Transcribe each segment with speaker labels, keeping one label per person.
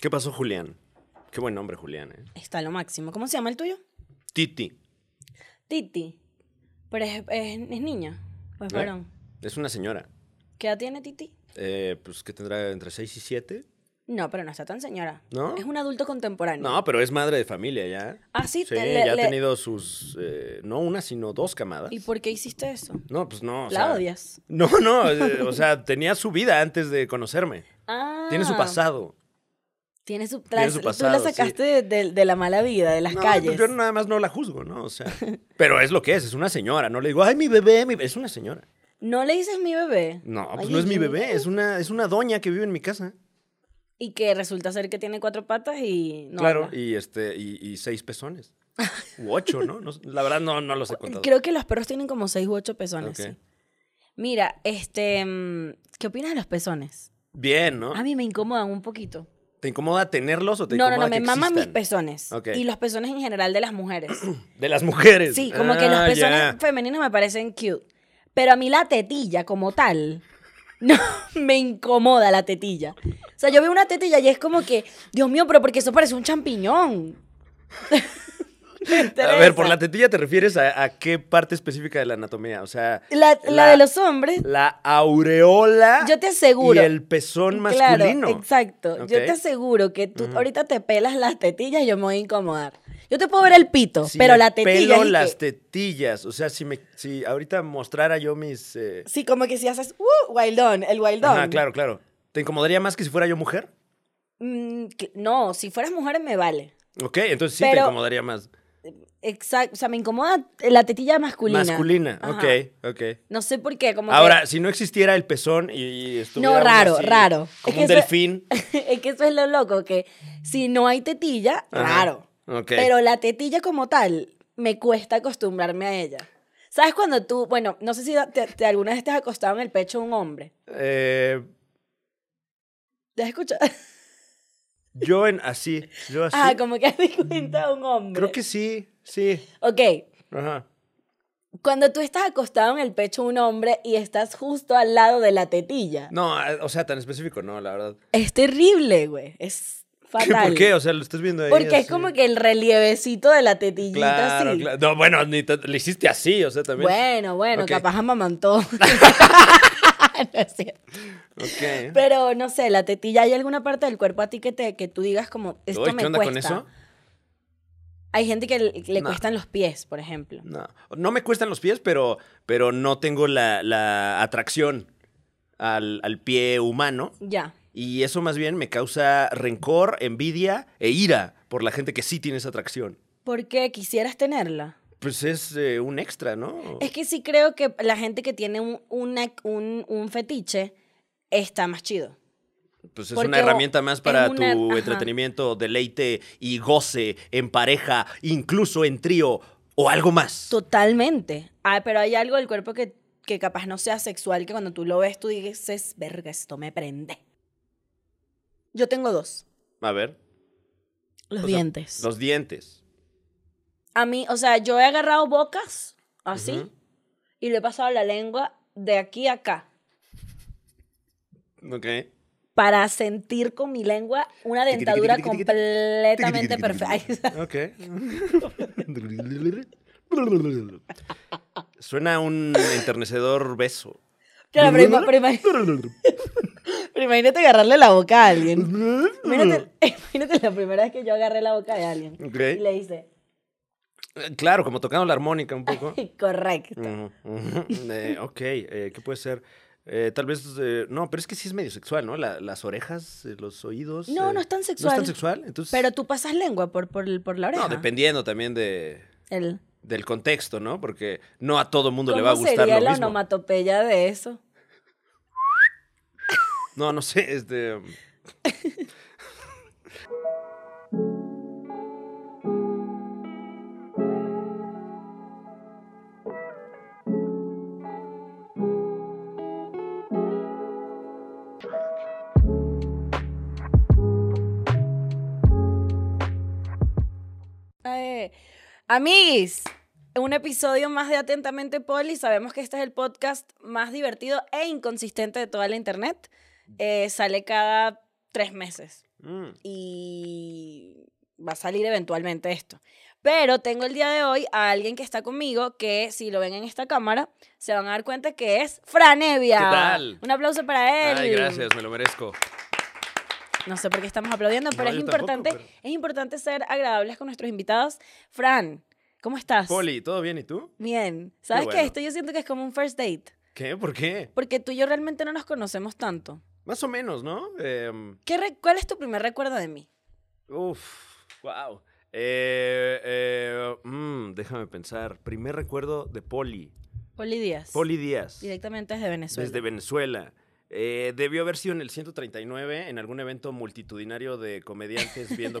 Speaker 1: ¿Qué pasó, Julián? Qué buen nombre, Julián, ¿eh?
Speaker 2: Está lo máximo. ¿Cómo se llama el tuyo?
Speaker 1: Titi.
Speaker 2: Titi. Pero es, es, es niña. Pues
Speaker 1: ¿eh?
Speaker 2: varón.
Speaker 1: Es una señora.
Speaker 2: ¿Qué edad tiene Titi?
Speaker 1: Eh, pues que tendrá entre 6 y 7.
Speaker 2: No, pero no está tan señora.
Speaker 1: ¿No?
Speaker 2: Es un adulto contemporáneo.
Speaker 1: No, pero es madre de familia ya.
Speaker 2: Ah, sí,
Speaker 1: Sí,
Speaker 2: te- le-
Speaker 1: ya
Speaker 2: le-
Speaker 1: ha tenido sus. eh, no una, sino dos camadas.
Speaker 2: ¿Y por qué hiciste eso?
Speaker 1: No, pues no. o
Speaker 2: La
Speaker 1: sea-
Speaker 2: odias.
Speaker 1: No, no. eh, o sea, tenía su vida antes de conocerme.
Speaker 2: Ah.
Speaker 1: Tiene su pasado.
Speaker 2: Tiene su,
Speaker 1: Tiene su
Speaker 2: tú
Speaker 1: pasado,
Speaker 2: la
Speaker 1: sí.
Speaker 2: sacaste de, de- de la mala vida, de las
Speaker 1: No,
Speaker 2: calles.
Speaker 1: Yo nada más no la juzgo, ¿no? O sea. Pero es lo que es, es una señora. No le digo, ay, mi bebé, mi bebé". Es una señora.
Speaker 2: No le dices mi bebé.
Speaker 1: No, pues
Speaker 2: Oye,
Speaker 1: no es mi
Speaker 2: yo-
Speaker 1: bebé, es una, es una doña que vive en mi casa.
Speaker 2: Y que resulta ser que tiene cuatro patas y no.
Speaker 1: claro,
Speaker 2: habla.
Speaker 1: y este, y, y seis pezones. U ocho, ¿no? No- La verdad no, no los he contado.
Speaker 2: Creo que los perros tienen como seis u ocho pezones.
Speaker 1: Ok.
Speaker 2: sí. Mira, este. mm, ¿Qué opinas de los pezones?
Speaker 1: Bien, ¿no?
Speaker 2: A mí me incomodan un poquito.
Speaker 1: ¿Te incomoda tenerlos o te
Speaker 2: No, no,
Speaker 1: incomoda
Speaker 2: no, me
Speaker 1: que
Speaker 2: maman mis
Speaker 1: existan?
Speaker 2: pezones.
Speaker 1: Ok.
Speaker 2: Y los pezones en general de las mujeres.
Speaker 1: De las mujeres.
Speaker 2: Sí, como que los
Speaker 1: Ah,
Speaker 2: pezones
Speaker 1: ya.
Speaker 2: femeninos me parecen cute. Pero a mí la tetilla como tal, no, me incomoda la tetilla. O sea, yo veo una tetilla y es como que, Dios mío, pero porque eso parece un champiñón. Me
Speaker 1: A ver, por
Speaker 2: interesa.
Speaker 1: la tetilla te refieres a, a qué parte específica de la anatomía, o sea...
Speaker 2: La, la de los hombres,
Speaker 1: La aureola...
Speaker 2: Yo te aseguro.
Speaker 1: Y el pezón
Speaker 2: claro,
Speaker 1: masculino.
Speaker 2: exacto. Yo
Speaker 1: Ok.
Speaker 2: te aseguro que tú ahorita te pelas las tetillas y yo me voy a incomodar. Yo te puedo ver el pito,
Speaker 1: Si
Speaker 2: pero
Speaker 1: me
Speaker 2: la tetilla.
Speaker 1: Pelo
Speaker 2: es y
Speaker 1: las
Speaker 2: que-
Speaker 1: tetillas, o sea, si, me, si ahorita mostrara yo mis... eh,
Speaker 2: Sí, como que si haces, uh, wildón, el wildón.
Speaker 1: Ajá, claro, claro. ¿Te incomodaría más que si fuera yo mujer?
Speaker 2: Mm, que- no, si fueras mujer me vale.
Speaker 1: Ok, entonces sí te
Speaker 2: Pero-
Speaker 1: incomodaría más.
Speaker 2: Exacto, o sea, me incomoda la tetilla masculina.
Speaker 1: Masculina,
Speaker 2: Ajá.
Speaker 1: ok, ok.
Speaker 2: No sé por qué, como que-
Speaker 1: Ahora, si no existiera el pezón y, y estuviera
Speaker 2: No,
Speaker 1: uno
Speaker 2: raro,
Speaker 1: así,
Speaker 2: raro. Es
Speaker 1: Como
Speaker 2: que
Speaker 1: un
Speaker 2: eso-
Speaker 1: delfín.
Speaker 2: es que eso es lo loco, que si no hay tetilla,
Speaker 1: Ajá,
Speaker 2: raro.
Speaker 1: ok.
Speaker 2: Pero la tetilla como tal, me cuesta acostumbrarme a ella. ¿Sabes cuando tú, bueno, no sé si te, te- alguna vez te has acostado en el pecho de un hombre?
Speaker 1: Eh,
Speaker 2: ¿Te has escuchado?
Speaker 1: ¿Ah, yo en así, yo así.
Speaker 2: Ah, como que has cuenta de un hombre.
Speaker 1: Creo que sí, sí.
Speaker 2: Ok,
Speaker 1: Ajá.
Speaker 2: cuando tú estás acostado en el pecho de un hombre y estás justo al lado de la tetilla.
Speaker 1: No, eh, o sea, tan específico, no, la verdad.
Speaker 2: Es terrible, güey. Es
Speaker 1: ¿Qué,
Speaker 2: fatal.
Speaker 1: ¿Por qué? O sea, lo estás viendo ahí.
Speaker 2: Porque es
Speaker 1: así.
Speaker 2: como que el relievecito de la tetillita
Speaker 1: Claro,
Speaker 2: así.
Speaker 1: claro. No, bueno, ni tan- le hiciste así, o sea, también.
Speaker 2: Bueno, bueno,
Speaker 1: Ok.
Speaker 2: capaz amamantó. No es cierto.
Speaker 1: Ok.
Speaker 2: Pero no sé, la tetilla, ¿hay alguna parte del cuerpo a ti que, te, que tú digas como, esto
Speaker 1: Uy,
Speaker 2: me
Speaker 1: ¿Qué onda
Speaker 2: cuesta?
Speaker 1: con eso?
Speaker 2: Hay gente que le, le
Speaker 1: No.
Speaker 2: cuestan los pies, por ejemplo.
Speaker 1: No. No me cuestan los pies, pero, pero no tengo la, la atracción al, al pie humano.
Speaker 2: Ya.
Speaker 1: Y eso más bien me causa rencor, envidia e ira por la gente que sí tiene esa atracción.
Speaker 2: Porque quisieras tenerla.
Speaker 1: Pues es eh, un extra, ¿no?
Speaker 2: Es que sí creo que la gente que tiene un, una- un, un fetiche está más chido.
Speaker 1: Pues es
Speaker 2: porque
Speaker 1: una herramienta más para
Speaker 2: es una-
Speaker 1: tu
Speaker 2: ajá.
Speaker 1: entretenimiento, deleite y goce en pareja, incluso en trío o algo más.
Speaker 2: Totalmente. Ah, pero hay algo del cuerpo que, que capaz no sea sexual, que cuando tú lo ves tú dices, verga, esto me prende. Yo tengo dos.
Speaker 1: A ver,
Speaker 2: Los
Speaker 1: O sea,
Speaker 2: dientes.
Speaker 1: los dientes.
Speaker 2: A mí, o sea, yo he agarrado bocas así
Speaker 1: Ujú.
Speaker 2: y le he pasado la lengua de aquí a acá
Speaker 1: Ok.
Speaker 2: para sentir con mi lengua una
Speaker 1: Tiqui, tiqui,
Speaker 2: dentadura
Speaker 1: tiqui, tiqui, tiqui.
Speaker 2: completamente perfecta.
Speaker 1: Ok. Suena un enternecedor beso.
Speaker 2: Claro, pero, ima- pero ima- pero imagínate agarrarle la boca a alguien. Imagínate, imagínate la primera vez que yo agarré la boca de alguien
Speaker 1: Ok.
Speaker 2: y le hice,
Speaker 1: Eh, Claro, como tocando la armónica un poco.
Speaker 2: correcto.
Speaker 1: Ujú, ujú. Eh, ok, eh, ¿qué puede ser? Eh, tal vez, eh, no, pero es que sí es medio sexual, ¿no? La- las orejas, eh, los oídos.
Speaker 2: No,
Speaker 1: eh,
Speaker 2: no es tan
Speaker 1: ¿No es
Speaker 2: sexual.
Speaker 1: tan sexual? Entonces,
Speaker 2: Pero tú pasas lengua por, por, el- por la oreja.
Speaker 1: no, dependiendo también de,
Speaker 2: El-
Speaker 1: del contexto, ¿no? Porque no a todo mundo
Speaker 2: ¿Cómo
Speaker 1: le va a gustar
Speaker 2: sería
Speaker 1: lo
Speaker 2: la
Speaker 1: mismo.
Speaker 2: onomatopeya de eso?
Speaker 1: No, no sé, este...
Speaker 2: Eh, amiguis, un episodio más de Atentamente Poli. Sabemos que este es el podcast más divertido e inconsistente de toda la internet. Eh, sale cada tres meses
Speaker 1: Mm.
Speaker 2: y va a salir eventualmente esto. Pero tengo el día de hoy a alguien que está conmigo que si lo ven en esta cámara se van a dar cuenta que es Franevia.
Speaker 1: ¿Qué tal?
Speaker 2: Un aplauso para él.
Speaker 1: Ay, gracias, me lo merezco.
Speaker 2: No sé por qué estamos aplaudiendo, pero es
Speaker 1: yo tampoco,
Speaker 2: importante,
Speaker 1: pero-
Speaker 2: es importante ser agradables con nuestros invitados. Fran, ¿cómo estás?
Speaker 1: Poli, ¿todo bien? ¿Y tú?
Speaker 2: Bien. ¿Sabes qué?
Speaker 1: bueno.
Speaker 2: Esto yo siento que es como un first date,
Speaker 1: ¿Qué? ¿Por qué?
Speaker 2: porque tú y yo realmente no nos conocemos tanto.
Speaker 1: Más o menos, ¿no? Em,
Speaker 2: ¿Qué re- ¿Cuál es tu primer recuerdo de mí?
Speaker 1: uf, wow. Eh, eh, mm, déjame pensar. Primer recuerdo de Poli.
Speaker 2: Poli Díaz.
Speaker 1: Poli Díaz.
Speaker 2: Directamente desde Venezuela.
Speaker 1: Desde Venezuela. Eh, debió haber sido en el 139, en algún evento multitudinario de comediantes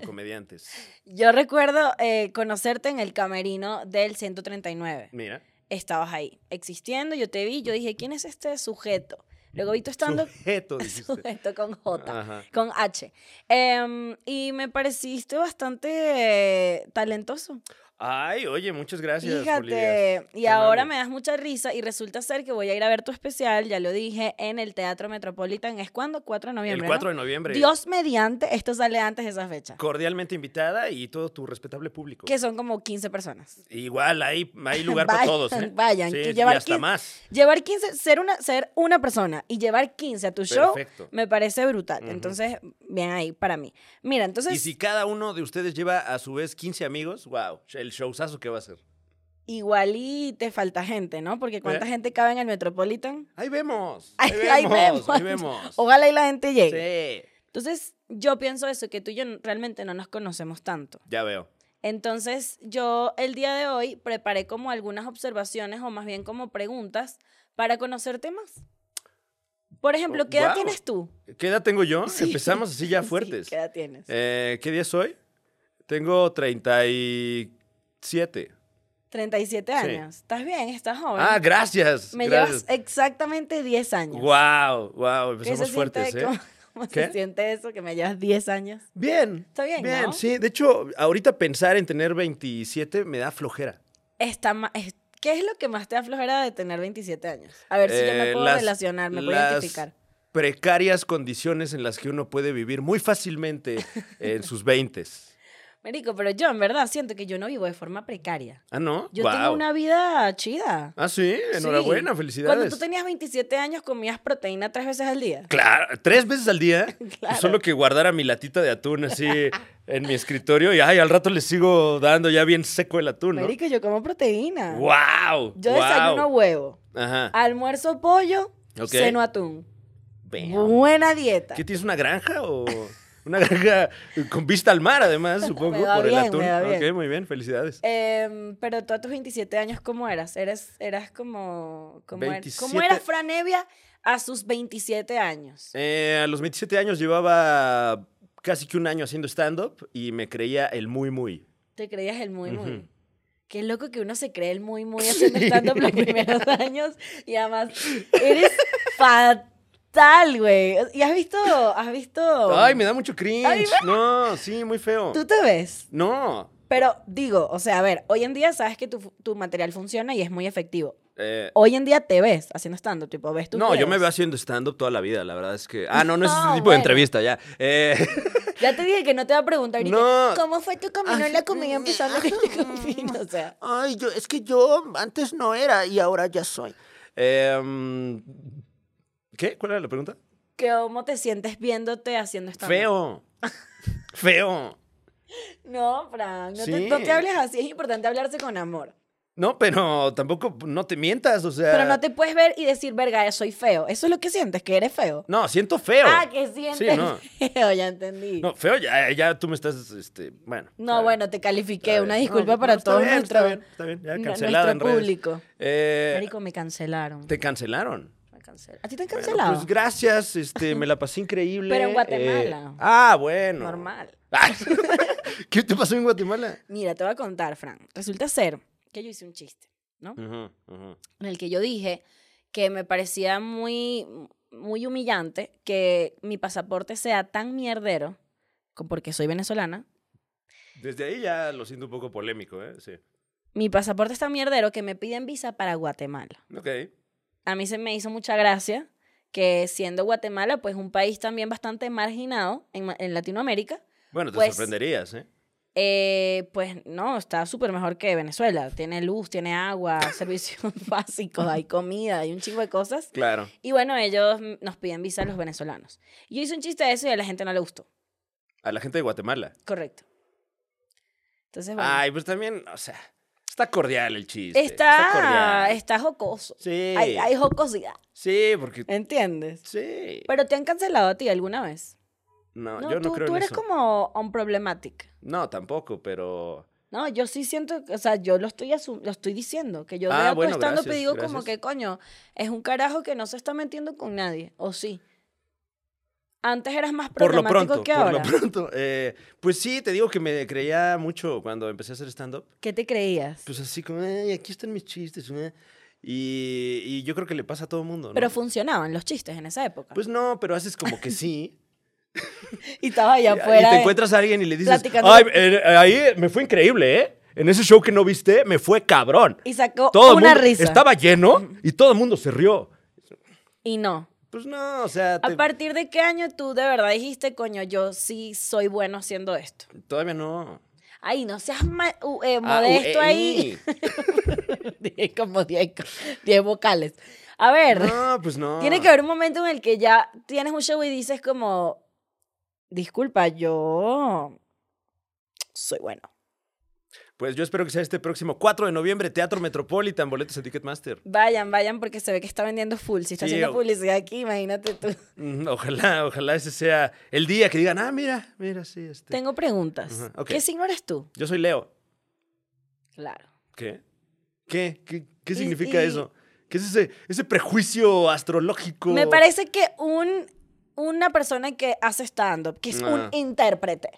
Speaker 1: viendo comediantes.
Speaker 2: Yo recuerdo eh, conocerte en el camerino del 139.
Speaker 1: Mira.
Speaker 2: Estabas ahí, existiendo, yo te vi, yo dije, ¿quién es este sujeto? Luego vi tu estando
Speaker 1: Sujeto, Ah. dijiste.
Speaker 2: sujeto con J.
Speaker 1: Ajá.
Speaker 2: Con H. Em, y me pareciste bastante eh, talentoso.
Speaker 1: Ay, oye, muchas gracias. Poli Díaz.
Speaker 2: Fíjate. Y
Speaker 1: Qué
Speaker 2: ahora
Speaker 1: amable.
Speaker 2: me das mucha risa y resulta ser que voy a ir a ver tu especial, ya lo dije, en el Teatro Metropolitan. ¿Es cuándo? 4 de noviembre.
Speaker 1: El
Speaker 2: ¿no?
Speaker 1: 4 de noviembre.
Speaker 2: Dios mediante, esto sale antes de esa fecha.
Speaker 1: Cordialmente invitada y todo tu respetable público.
Speaker 2: Que son como 15 personas.
Speaker 1: Igual, hay, hay lugar para
Speaker 2: Vayan,
Speaker 1: todos. ¿eh?
Speaker 2: vayan,
Speaker 1: Sí,
Speaker 2: que
Speaker 1: y
Speaker 2: llevar
Speaker 1: hasta
Speaker 2: quin-
Speaker 1: más.
Speaker 2: Llevar 15, ser una, ser una persona y llevar 15 a tu show
Speaker 1: Perfecto.
Speaker 2: me parece brutal.
Speaker 1: Ujú.
Speaker 2: Entonces, bien ahí para mí. Mira, entonces,
Speaker 1: Y si cada uno de ustedes lleva a su vez 15 amigos, wow, el showzazo que va a ser.
Speaker 2: igual y te falta gente, ¿no? Porque ¿cuánta
Speaker 1: Eh.
Speaker 2: gente cabe en el Metropolitan?
Speaker 1: Ahí vemos.
Speaker 2: Ahí-
Speaker 1: Ahí
Speaker 2: ahí
Speaker 1: vemos.
Speaker 2: vemos.
Speaker 1: Ahí vemos.
Speaker 2: Ojalá y la gente
Speaker 1: Sí.
Speaker 2: llegue. Entonces, yo pienso eso, que tú y yo n- realmente no nos conocemos tanto.
Speaker 1: Ya veo.
Speaker 2: Entonces, yo el día de hoy preparé como algunas observaciones o más bien como preguntas para conocerte más. Por ejemplo,
Speaker 1: Oh,
Speaker 2: ¿qué edad
Speaker 1: guau.
Speaker 2: tienes tú?
Speaker 1: ¿Qué edad tengo yo?
Speaker 2: Sí.
Speaker 1: Empezamos así ya
Speaker 2: Sí,
Speaker 1: fuertes.
Speaker 2: ¿Qué edad tienes?
Speaker 1: Eh, ¿Qué día es hoy? Tengo 37.
Speaker 2: 37
Speaker 1: sí.
Speaker 2: años. ¿Estás bien? ¿Estás joven?
Speaker 1: Ah, gracias.
Speaker 2: Me
Speaker 1: gracias.
Speaker 2: llevas exactamente 10 años.
Speaker 1: Wow, wow,
Speaker 2: ¿Qué se
Speaker 1: empezamos
Speaker 2: siente?
Speaker 1: fuertes, ¿eh?
Speaker 2: ¿Cómo, cómo se
Speaker 1: ¿Qué?
Speaker 2: siente eso que me llevas 10 años?
Speaker 1: Bien.
Speaker 2: Está bien,
Speaker 1: Bien,
Speaker 2: ¿no?
Speaker 1: sí. De hecho, ahorita pensar en tener 27 me da flojera.
Speaker 2: Está ma- es- ¿Qué es lo que más te aflojera de tener 27 años? A ver si yo me
Speaker 1: Eh,
Speaker 2: puedo
Speaker 1: las-
Speaker 2: relacionar, me puedo
Speaker 1: las
Speaker 2: identificar.
Speaker 1: Precarias condiciones en las que uno puede vivir muy fácilmente en sus 20.
Speaker 2: Marico, pero yo en verdad siento que yo no vivo de forma precaria.
Speaker 1: Ah, ¿no?
Speaker 2: Yo
Speaker 1: Guau.
Speaker 2: tengo una vida chida.
Speaker 1: Ah, sí, enhorabuena,
Speaker 2: Sí.
Speaker 1: felicidades.
Speaker 2: Cuando tú tenías 27 años comías proteína tres veces al día.
Speaker 1: Claro, tres veces al día.
Speaker 2: Claro.
Speaker 1: Solo que guardara mi latita de atún así en mi escritorio y ay, al rato le sigo dando ya bien seco el atún, ¿no?
Speaker 2: Marico, yo como proteína.
Speaker 1: ¡Wow!
Speaker 2: Yo desayuno Ah, huevo,
Speaker 1: Ajá.
Speaker 2: almuerzo pollo,
Speaker 1: Ok.
Speaker 2: ceno atún.
Speaker 1: Bam.
Speaker 2: Buena dieta.
Speaker 1: ¿Qué tienes una granja o una granja con vista al mar además, supongo,
Speaker 2: va
Speaker 1: por
Speaker 2: bien, me
Speaker 1: el atún?
Speaker 2: va bien.
Speaker 1: Ok, muy bien, felicidades.
Speaker 2: Em, pero tú a tus 27 años, ¿cómo eras? Eras, eras como... Como, er- ¿cómo
Speaker 1: 27.
Speaker 2: era Fran Evia a sus 27 años?
Speaker 1: Eh, a los 27 años llevaba casi que un año haciendo stand-up y me creía el muy, muy.
Speaker 2: Te creías el muy, muy.
Speaker 1: Ujú.
Speaker 2: Qué loco que uno se cree el muy, muy haciendo stand-up los primeros años. Y además, eres fatal, güey. ¿Y has visto? ¿Has visto?
Speaker 1: Ay, me da mucho cringe. No, sí, muy feo.
Speaker 2: Tú te ves.
Speaker 1: No.
Speaker 2: Pero digo, o sea, a ver, hoy en día sabes que tu, fu- tu material funciona y es muy efectivo.
Speaker 1: Eh,
Speaker 2: Hoy en día te ves haciendo stand-up, tipo, ves tus
Speaker 1: No, yo
Speaker 2: videos.
Speaker 1: me veo haciendo stand-up toda la vida, la verdad es que... Ah, no, no es
Speaker 2: No,
Speaker 1: ese tipo
Speaker 2: bueno.
Speaker 1: de entrevista, ya. Eh,
Speaker 2: Ya te dije que no te va a preguntar ahorita,
Speaker 1: No.
Speaker 2: ¿cómo fue tu camino en la comedia
Speaker 3: Ah,
Speaker 2: empezando que te camino? O sea,
Speaker 3: Ay, yo, es que yo antes no era y ahora ya soy.
Speaker 1: em, ¿Qué? ¿Cuál era la pregunta?
Speaker 2: ¿cómo te sientes viéndote haciendo stand-up?
Speaker 1: Feo. Feo.
Speaker 2: No, Frank, no, te,
Speaker 1: Sí.
Speaker 2: no te hables así, es importante hablarse con amor.
Speaker 1: No, pero tampoco, no te mientas, o sea...
Speaker 2: Pero no te puedes ver y decir, verga, soy feo. Eso es lo que sientes, que eres feo.
Speaker 1: No, siento feo.
Speaker 2: Ah, que sientes
Speaker 1: Sí, no.
Speaker 2: feo, ya entendí.
Speaker 1: No,
Speaker 2: No,
Speaker 1: feo ya, ya tú me estás, este, bueno. está bien,
Speaker 2: bueno, te califiqué.
Speaker 1: está
Speaker 2: Una
Speaker 1: bien.
Speaker 2: disculpa
Speaker 1: No,
Speaker 2: para
Speaker 1: no, está
Speaker 2: todo
Speaker 1: bien,
Speaker 2: nuestro,
Speaker 1: Está bien, está bien, ya
Speaker 2: n-
Speaker 1: cancelada
Speaker 2: nuestro
Speaker 1: en redes.
Speaker 2: público.
Speaker 1: Eh,
Speaker 2: Marico, me cancelaron.
Speaker 1: te cancelaron.
Speaker 2: Me cancel- ¿A ti te han
Speaker 1: Bueno,
Speaker 2: cancelado?
Speaker 1: pues gracias, este, me la pasé increíble.
Speaker 2: Pero en
Speaker 1: eh,
Speaker 2: Guatemala.
Speaker 1: ah, bueno.
Speaker 2: Normal.
Speaker 1: Ah, ¿Qué te pasó en Guatemala?
Speaker 2: Mira, te voy a contar, Frank. Resulta ser que yo hice un chiste en el que yo dije que me parecía muy, muy humillante que mi pasaporte sea tan mierdero, con- porque soy venezolana,
Speaker 1: Desde ahí ya lo siento un poco polémico, ¿eh? Sí.
Speaker 2: mi pasaporte es tan mierdero que me piden visa para Guatemala.
Speaker 1: Ok.
Speaker 2: A mí se me hizo mucha gracia que siendo Guatemala, pues un país también bastante marginado en, ma- en Latinoamérica,
Speaker 1: Bueno, te
Speaker 2: Pues-
Speaker 1: sorprenderías, ¿eh?
Speaker 2: eh, pues no, está súper mejor que Venezuela. Tiene luz, tiene agua, servicios básicos, hay comida, hay un chingo de cosas.
Speaker 1: Claro.
Speaker 2: Y bueno, ellos mm, nos piden visa a los venezolanos. Y Yo hice un chiste de eso y a la gente no le gustó.
Speaker 1: A la gente de Guatemala.
Speaker 2: Correcto. Entonces, bueno.
Speaker 1: Ay, pues también, o sea, está cordial el chiste.
Speaker 2: está,
Speaker 1: cordial.
Speaker 2: está jocoso.
Speaker 1: Sí.
Speaker 2: Hay, hay jocosidad,
Speaker 1: Sí, porque.
Speaker 2: ¿entiendes?
Speaker 1: Sí.
Speaker 2: Pero te han cancelado a ti alguna vez.
Speaker 1: No, yo no
Speaker 2: tú,
Speaker 1: creo
Speaker 2: tú
Speaker 1: en
Speaker 2: eres
Speaker 1: eso.
Speaker 2: como un problematic.
Speaker 1: No, tampoco, pero.
Speaker 2: No, yo sí siento, o sea, yo lo estoy asum- lo estoy diciendo, que yo
Speaker 1: Ah,
Speaker 2: veo
Speaker 1: bueno,
Speaker 2: tu stand-up
Speaker 1: gracias,
Speaker 2: y digo como
Speaker 1: gracias.
Speaker 2: que, coño, es un carajo que no se está metiendo con nadie, o sí. Antes eras más
Speaker 1: Por lo
Speaker 2: problemático
Speaker 1: pronto,
Speaker 2: que
Speaker 1: por
Speaker 2: ahora.
Speaker 1: lo pronto. eh, pues sí, te digo que me creía mucho cuando empecé a hacer stand-up.
Speaker 2: ¿Qué te creías?
Speaker 1: Pues así como, ay, aquí están mis chistes. eh". Y, y yo creo que le pasa a todo el mundo, ¿no?
Speaker 2: Pero funcionaban los chistes en esa época.
Speaker 1: Pues no, pero haces como que sí.
Speaker 2: y estabas allá
Speaker 1: y-
Speaker 2: afuera.
Speaker 1: y te
Speaker 2: de-
Speaker 1: encuentras a alguien y le dices,
Speaker 2: platicando-
Speaker 1: ay, eh, eh, ahí me fue increíble, ¿eh? En ese show que no viste, me fue cabrón.
Speaker 2: y sacó
Speaker 1: Todo el
Speaker 2: una
Speaker 1: mundo-
Speaker 2: risa.
Speaker 1: Estaba lleno y todo el mundo se rió.
Speaker 2: Y no.
Speaker 1: Pues no, o sea, te-
Speaker 2: ¿A partir de qué año tú de verdad dijiste, coño, yo sí soy bueno haciendo esto?
Speaker 1: todavía no.
Speaker 2: Ay, no seas ma- u- eh,
Speaker 1: Ah,
Speaker 2: modesto
Speaker 1: eh,
Speaker 2: ahí.
Speaker 1: eh.
Speaker 2: Dije como 10 co- 10 vocales. A ver,
Speaker 1: No, pues no.
Speaker 2: tiene que haber un momento en el que ya tienes un show y dices como, disculpa, yo soy bueno.
Speaker 1: Pues yo espero que sea este próximo 4 de noviembre, Teatro Metropolitan, boletos en Ticketmaster.
Speaker 2: Vayan, vayan porque se ve que está vendiendo full. Si está
Speaker 1: Sí,
Speaker 2: haciendo
Speaker 1: o-
Speaker 2: publicidad aquí, imagínate tú.
Speaker 1: Mm, Ojalá, ojalá ese sea el día que digan, ah, mira, mira, sí, este.
Speaker 2: Tengo preguntas.
Speaker 1: Ajá, ok.
Speaker 2: ¿Qué signo eres tú?
Speaker 1: Yo soy Leo.
Speaker 2: Claro.
Speaker 1: ¿Qué? ¿Qué? ¿Qué, qué
Speaker 2: Y-
Speaker 1: significa
Speaker 2: y-
Speaker 1: eso? ¿Qué es ese, ese prejuicio astrológico?
Speaker 2: Me parece que un, una persona que hace stand-up, que es
Speaker 1: Ah.
Speaker 2: un intérprete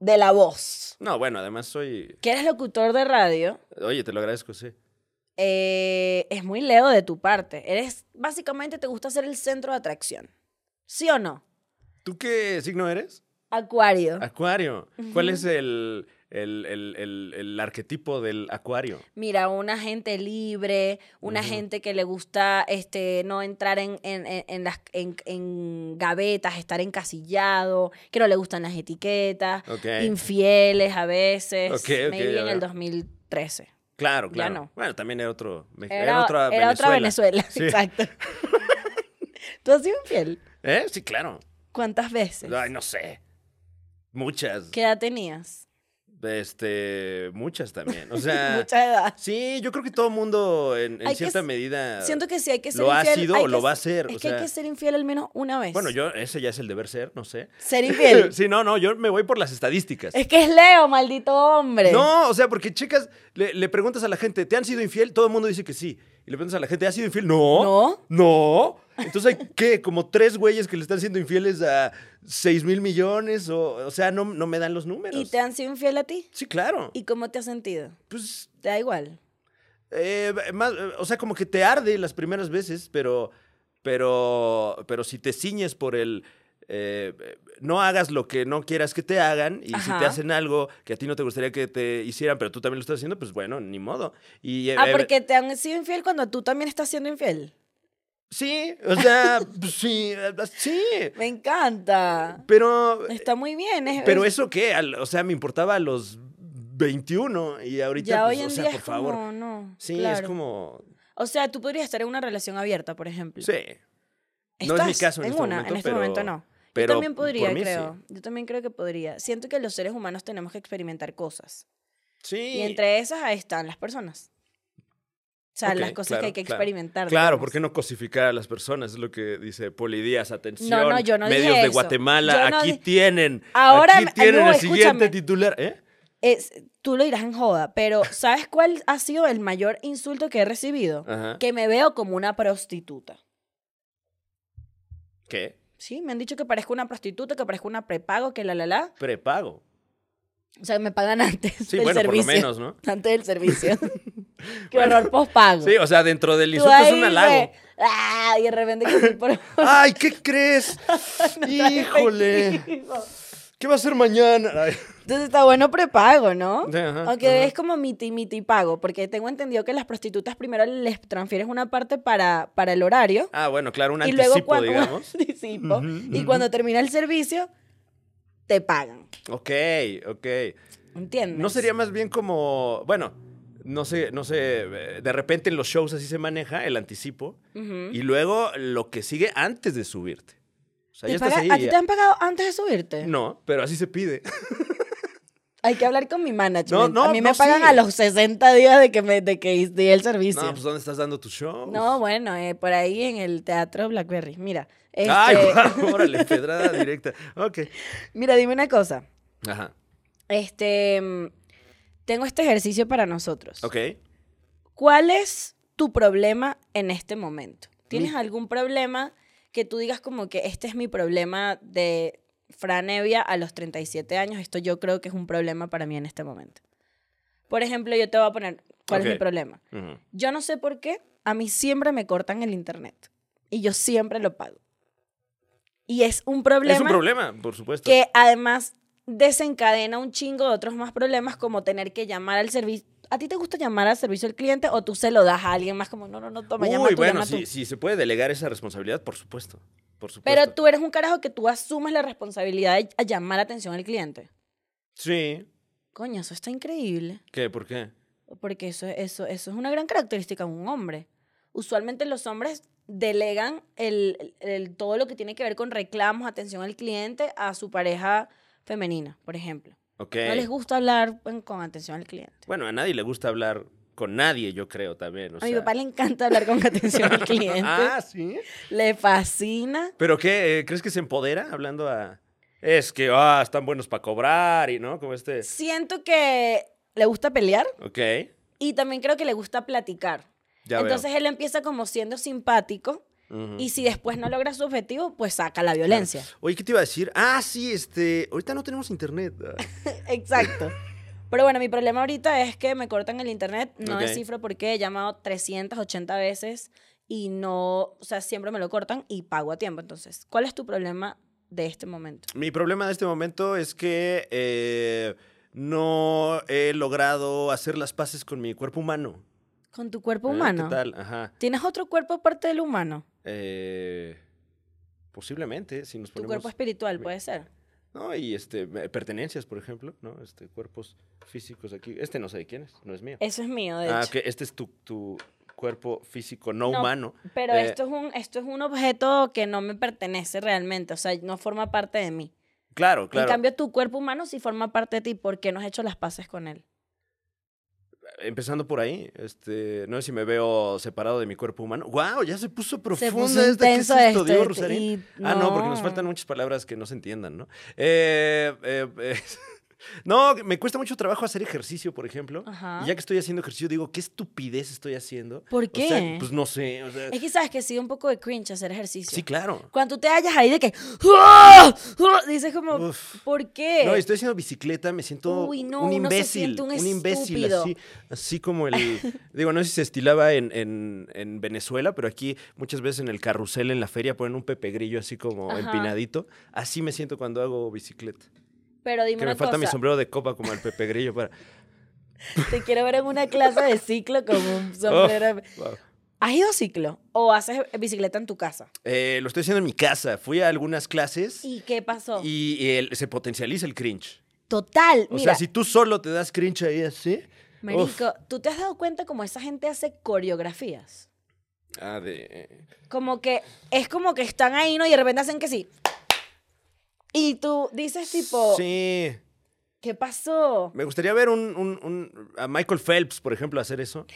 Speaker 2: de la voz,
Speaker 1: No, bueno, además soy.
Speaker 2: que eres locutor de radio,
Speaker 1: Oye, te lo agradezco, sí.
Speaker 2: eh, es muy leo de tu parte. Eres, básicamente, te gusta ser el centro de atracción. ¿Sí o no?
Speaker 1: ¿Tú qué signo eres?
Speaker 2: Acuario.
Speaker 1: Ah. Acuario. ¿Cuál es el, el, el- el- el arquetipo del acuario?
Speaker 2: Mira, una gente libre, una
Speaker 1: Ujú.
Speaker 2: gente que le gusta este, no entrar en, en, en- en las, en, en gavetas, estar encasillado, que no le gustan las etiquetas,
Speaker 1: Ok.
Speaker 2: infieles a veces.
Speaker 1: Ok, ok,
Speaker 2: Maybe
Speaker 1: ya
Speaker 2: en el
Speaker 1: veo.
Speaker 2: 2013.
Speaker 1: Claro,
Speaker 2: Ya
Speaker 1: claro.
Speaker 2: no.
Speaker 1: Bueno, también era otro. me-
Speaker 2: Era,
Speaker 1: Era, otra Venezuela.
Speaker 2: Venezuela,
Speaker 1: Sí.
Speaker 2: exacto. ¿Tú has sido infiel?
Speaker 1: ¿Eh? Sí, claro.
Speaker 2: ¿Cuántas veces?
Speaker 1: Ay, no sé. Muchas.
Speaker 2: ¿Qué edad tenías?
Speaker 1: Este, muchas también. O sea,
Speaker 2: Mucha edad.
Speaker 1: sí, yo creo que todo mundo en, en
Speaker 2: Hay que
Speaker 1: cierta
Speaker 2: s-
Speaker 1: medida.
Speaker 2: Siento que sí hay que ser
Speaker 1: ah, lo ha
Speaker 2: infiel.
Speaker 1: sido
Speaker 2: hay
Speaker 1: o
Speaker 2: que
Speaker 1: lo
Speaker 2: s-
Speaker 1: va a ser,
Speaker 2: Es
Speaker 1: o
Speaker 2: que hay
Speaker 1: sea-
Speaker 2: que ser infiel al menos una vez.
Speaker 1: Bueno, yo, ese ya es el deber ser, no sé.
Speaker 2: Ser infiel.
Speaker 1: Sí, no, no, yo me voy por las estadísticas.
Speaker 2: Es que es Leo, maldito hombre.
Speaker 1: No, o sea, porque chicas, le, le preguntas a la gente, ¿te han sido infiel? Todo el mundo dice que sí. Y le preguntas a la gente, ¿has sido infiel? No. No. No. Entonces hay, ¿qué? Como tres güeyes que le están siendo infieles a seis mil millones. O, o sea, no, no me dan los números.
Speaker 2: ¿Y te han sido infiel a ti?
Speaker 1: Sí, claro.
Speaker 2: ¿Y cómo te has sentido?
Speaker 1: Pues
Speaker 2: ¿Te da igual?
Speaker 1: Eh, más, eh, o sea, como que te arde las primeras veces, pero, pero, pero si te ciñes por el... eh, eh, no hagas lo que no quieras que te hagan y si te
Speaker 2: Ajá.
Speaker 1: hacen algo que a ti no te gustaría que te hicieran, pero tú también lo estás haciendo, pues bueno, ni modo. Y, eh,
Speaker 2: Ah,
Speaker 1: eh,
Speaker 2: porque te han sido infiel cuando tú también estás siendo infiel.
Speaker 1: Sí, o sea, pues, sí, eh, sí,
Speaker 2: Me encanta.
Speaker 1: pero...
Speaker 2: Está muy bien. Es,
Speaker 1: Eh, Pero eso qué, Al- o sea, me importaba a los 21 y ahorita,
Speaker 2: ya
Speaker 1: pues,
Speaker 2: hoy en
Speaker 1: o sea,
Speaker 2: día
Speaker 1: por
Speaker 2: es
Speaker 1: favor.
Speaker 2: como, no.
Speaker 1: Sí, es
Speaker 2: claro.
Speaker 1: como...
Speaker 2: O sea, tú podrías estar en una relación abierta, por ejemplo.
Speaker 1: Sí. No es mi
Speaker 2: Estás
Speaker 1: caso en este
Speaker 2: una,
Speaker 1: momento,
Speaker 2: en este
Speaker 1: pero-
Speaker 2: momento no.
Speaker 1: Pero
Speaker 2: Yo también
Speaker 1: por
Speaker 2: podría,
Speaker 1: mí sí.
Speaker 2: creo. Yo también creo que podría. Siento que los seres humanos tenemos que experimentar cosas.
Speaker 1: Sí.
Speaker 2: Y entre esas ahí están las personas. O sea,
Speaker 1: Ok,
Speaker 2: las cosas
Speaker 1: claro,
Speaker 2: que hay que
Speaker 1: claro.
Speaker 2: experimentar.
Speaker 1: Claro,
Speaker 2: digamos.
Speaker 1: ¿por qué no cosificar a las personas? Es lo que dice Poli Díaz. Atención,
Speaker 2: No, no, yo no dije
Speaker 1: medios de
Speaker 2: eso. Yo
Speaker 1: Guatemala,
Speaker 2: no
Speaker 1: aquí
Speaker 2: di-
Speaker 1: tienen.
Speaker 2: Ahora
Speaker 1: aquí
Speaker 2: me-
Speaker 1: tienen
Speaker 2: no,
Speaker 1: el siguiente
Speaker 2: escúchame.
Speaker 1: titular. ¿Eh?
Speaker 2: Es, tú lo dirás en joda, pero ¿sabes cuál ha sido el mayor insulto que he recibido?
Speaker 1: Ajá. ¿Qué?
Speaker 2: Que me veo como una prostituta. Sí, me han dicho que parezco una prostituta, que parezco una prepago, que la la la.
Speaker 1: Prepago.
Speaker 2: O sea, me pagan antes
Speaker 1: Sí,
Speaker 2: del
Speaker 1: bueno,
Speaker 2: servicio.
Speaker 1: por lo menos, ¿no?
Speaker 2: Antes del servicio. Qué horror pospago.
Speaker 1: Sí, o sea, dentro del
Speaker 2: Tú
Speaker 1: insulto es
Speaker 2: ahí,
Speaker 1: un halago.
Speaker 2: güey, ah, y de repente que sí, por-
Speaker 1: ¡Ay, qué crees!
Speaker 2: no traes
Speaker 1: ¡Híjole!
Speaker 2: efectivo.
Speaker 1: ¿Qué va a hacer mañana? Ay,
Speaker 2: Entonces está bueno prepago, ¿no?
Speaker 1: Sí, ajá,
Speaker 2: Aunque
Speaker 1: ajá.
Speaker 2: es como miti, miti pago, porque tengo entendido que las prostitutas primero les transfieres una parte para, para el horario
Speaker 1: Ah, bueno, claro, un
Speaker 2: y
Speaker 1: anticipo,
Speaker 2: luego cuando un
Speaker 1: digamos.
Speaker 2: anticipo, y cuando termina el servicio te pagan,
Speaker 1: Ok, ok.
Speaker 2: ¿entiendes?
Speaker 1: ¿No sería más bien como, bueno, no sé, no sé, eh, de repente en los shows así se maneja el anticipo
Speaker 2: Ujú.
Speaker 1: y luego lo que sigue antes de subirte? O sea,
Speaker 2: ¿Te
Speaker 1: ya estás
Speaker 2: paga-
Speaker 1: ahí.
Speaker 2: ¿A ti
Speaker 1: ya-
Speaker 2: te han pagado antes de subirte?
Speaker 1: No, pero así se pide.
Speaker 2: Hay que hablar con mi management.
Speaker 1: No, no,
Speaker 2: a mí me
Speaker 1: no,
Speaker 2: pagan
Speaker 1: sí.
Speaker 2: a los 60 días de que me de que di el servicio.
Speaker 1: No,
Speaker 2: No,
Speaker 1: pues ¿dónde estás dando tu show?
Speaker 2: bueno, eh, por ahí en el teatro Blackberry. Mira,
Speaker 1: Ay,
Speaker 2: este,
Speaker 1: guau, órale, pedrada directa. Ok.
Speaker 2: mira, dime una cosa.
Speaker 1: Ajá.
Speaker 2: Este, mm, tengo este ejercicio para nosotros.
Speaker 1: Ok.
Speaker 2: ¿Cuál es tu problema en este momento? ¿Tienes algún problema que tú digas como que este es mi problema de franevia a los 37 años? Esto yo creo que es un problema para mí en este momento. Por ejemplo, yo te voy a poner, ¿cuál es mi
Speaker 1: Ok.
Speaker 2: problema?
Speaker 1: Ujú.
Speaker 2: Yo no sé por qué, a mí siempre me cortan el internet y yo siempre lo pago. Y es un problema,
Speaker 1: Es un problema, por supuesto.
Speaker 2: que además desencadena un chingo de otros más problemas como tener que llamar al servicio. ¿A ti te gusta llamar al servicio al cliente o tú se lo das a alguien más como no, no, no, toma, llama
Speaker 1: Uy,
Speaker 2: tú,
Speaker 1: bueno,
Speaker 2: llama tú?
Speaker 1: si, si se puede delegar esa responsabilidad, por supuesto. Por supuesto.
Speaker 2: Pero tú eres un carajo que tú asumes la responsabilidad de a llamar la atención al cliente.
Speaker 1: Sí.
Speaker 2: Coño, eso está increíble.
Speaker 1: ¿Qué? ¿Por qué?
Speaker 2: Porque eso, eso, eso es una gran característica de un hombre. Usualmente los hombres delegan el, el- el- todo lo que tiene que ver con reclamos, atención al cliente, a su pareja femenina, por ejemplo.
Speaker 1: Ok.
Speaker 2: No les gusta hablar en- con atención al cliente.
Speaker 1: Bueno, a nadie le gusta hablar con nadie, yo creo también. o
Speaker 2: a mi
Speaker 1: sea.
Speaker 2: papá le encanta hablar con atención al cliente.
Speaker 1: Ah, sí.
Speaker 2: Le fascina.
Speaker 1: ¿Pero qué? eh, ¿Crees que se empodera hablando a.? Es que, ah, están buenos para cobrar y, ¿no? Como este.
Speaker 2: Siento que le gusta pelear
Speaker 1: Ok.
Speaker 2: y también creo que le gusta platicar.
Speaker 1: Ya
Speaker 2: Entonces él empieza como siendo simpático
Speaker 1: veo. Ujú.
Speaker 2: y si después no logra su objetivo, pues saca la violencia.
Speaker 1: Oye, ¿qué te iba a decir? Ah, sí, este. Ahorita no tenemos internet. Ah.
Speaker 2: Exacto. Pero bueno, mi problema ahorita es que me cortan el internet, no
Speaker 1: Ok.
Speaker 2: descifro por qué, he llamado 380 veces y no, o sea, siempre me lo cortan y pago a tiempo. Entonces, ¿cuál es tu problema de este momento?
Speaker 1: Mi problema de este momento es que eh, no he logrado hacer las paces con mi cuerpo humano.
Speaker 2: Con tu cuerpo
Speaker 1: ¿Eh?
Speaker 2: humano.
Speaker 1: ¿Qué tal? Ajá.
Speaker 2: ¿Tienes otro cuerpo aparte del humano?
Speaker 1: Eh, posiblemente, si nos
Speaker 2: Tu
Speaker 1: ponemos...
Speaker 2: cuerpo espiritual, puede ser.
Speaker 1: No, y este, eh, pertenencias, por ejemplo, ¿no? Este, cuerpos físicos aquí. Este no sé de quién es, no es mío.
Speaker 2: Eso es mío, de
Speaker 1: ah,
Speaker 2: hecho.
Speaker 1: ok, este es tu, tu cuerpo físico no,
Speaker 2: No,
Speaker 1: humano.
Speaker 2: Pero
Speaker 1: Eh,
Speaker 2: esto, es un, esto es un objeto que no me pertenece realmente, o sea, no forma parte de mí.
Speaker 1: Claro, claro.
Speaker 2: En cambio, tu cuerpo humano sí forma parte de ti, ¿por qué no has hecho las paces con él?
Speaker 1: Empezando por ahí, este, no sé si me veo separado de mi cuerpo humano. ¡Wow! Ya se puso profunda
Speaker 2: puso
Speaker 1: esta. ¿Qué es
Speaker 2: intenso
Speaker 1: esto,
Speaker 2: esto,
Speaker 1: Dios,
Speaker 2: este,
Speaker 1: Rosarín?
Speaker 2: y
Speaker 1: Ah, no, porque nos
Speaker 2: no.
Speaker 1: faltan muchas palabras que no se entiendan, ¿no? Eh, eh, eh, no, me cuesta mucho trabajo hacer ejercicio, por ejemplo.
Speaker 2: Ajá.
Speaker 1: Y ya que estoy haciendo ejercicio, digo, ¿qué estupidez estoy haciendo?
Speaker 2: ¿Por
Speaker 1: O sea,
Speaker 2: qué?
Speaker 1: pues no sé. o sea,
Speaker 2: Es que sabes que sí, da un poco de cringe hacer ejercicio.
Speaker 1: sí, claro.
Speaker 2: Cuando tú te hallas ahí de que. ¡Ah! ¡Ah! Dices como,
Speaker 1: Uf.
Speaker 2: ¿por qué?
Speaker 1: Pues, No, estoy haciendo bicicleta, me siento
Speaker 2: Uy, no,
Speaker 1: un
Speaker 2: uno se
Speaker 1: imbécil.
Speaker 2: siente un
Speaker 1: imbécil,
Speaker 2: estúpido.
Speaker 1: así, así como el. digo, no sé si se estilaba en, en- en Venezuela, pero aquí muchas veces en el carrusel, en la feria, ponen un pepe grillo así como
Speaker 2: Ajá.
Speaker 1: empinadito. Así me siento cuando hago bicicleta.
Speaker 2: Pero dime
Speaker 1: Que
Speaker 2: una
Speaker 1: me falta
Speaker 2: cosa.
Speaker 1: mi sombrero de copa como el pepe grillo para.
Speaker 2: Te quiero ver en una clase de ciclo con un sombrero.
Speaker 1: Oh, wow.
Speaker 2: ¿Has ido ciclo? ¿O haces bicicleta en tu casa?
Speaker 1: Eh, lo estoy haciendo en mi casa. Fui a algunas clases y,
Speaker 2: ¿Y qué pasó?
Speaker 1: el- se potencializa el cringe.
Speaker 2: Total,
Speaker 1: O
Speaker 2: mira,
Speaker 1: sea, si tú solo te das cringe ahí así. uf.
Speaker 2: marico, ¿tú te has dado cuenta como esa gente hace coreografías?
Speaker 1: Ah, de.
Speaker 2: Como que es como que están ahí, ¿no? Y de repente hacen que sí. Y tú dices tipo,
Speaker 1: Sí.
Speaker 2: ¿qué pasó?
Speaker 1: Me gustaría ver un, un- un- a Michael Phelps, por ejemplo, hacer eso.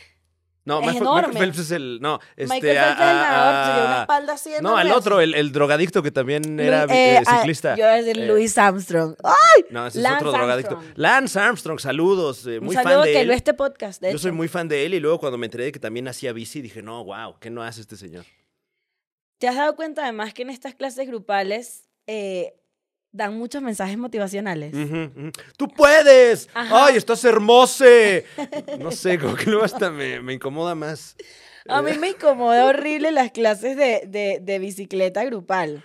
Speaker 1: No,
Speaker 2: Es
Speaker 1: Michael,
Speaker 2: enorme.
Speaker 1: Michael Phelps es el. No, este.
Speaker 2: Michael Phelps es el nadador, se lleva una espalda así
Speaker 1: No,
Speaker 2: enorme,
Speaker 1: al otro,
Speaker 2: así.
Speaker 1: el, el drogadicto que también
Speaker 2: Lu-
Speaker 1: era
Speaker 2: eh,
Speaker 1: eh,
Speaker 2: ah,
Speaker 1: ciclista.
Speaker 2: yo iba a decir
Speaker 1: Eh,
Speaker 2: Louis Armstrong. Ah, ¡Ay!
Speaker 1: No, ese
Speaker 2: Lance
Speaker 1: es otro drogadicto.
Speaker 2: Armstrong.
Speaker 1: Lance Armstrong, saludos. eh,
Speaker 2: Un
Speaker 1: muy
Speaker 2: saludo
Speaker 1: fan de
Speaker 2: que
Speaker 1: él.
Speaker 2: ve este podcast, de
Speaker 1: Yo soy
Speaker 2: hecho.
Speaker 1: muy fan de él y luego cuando me enteré de que también hacía bici dije, no, wow, ¿qué no hace este señor?
Speaker 2: ¿Te has dado cuenta además que en estas clases grupales eh, dan muchos mensajes motivacionales?
Speaker 1: Ujú, ujú. ¡Tú puedes!
Speaker 2: Ajá.
Speaker 1: ¡Ay, estás hermose! No sé, como que luego hasta me, me incomoda más.
Speaker 2: A mí me incomoda horrible las clases de, de- de bicicleta grupal.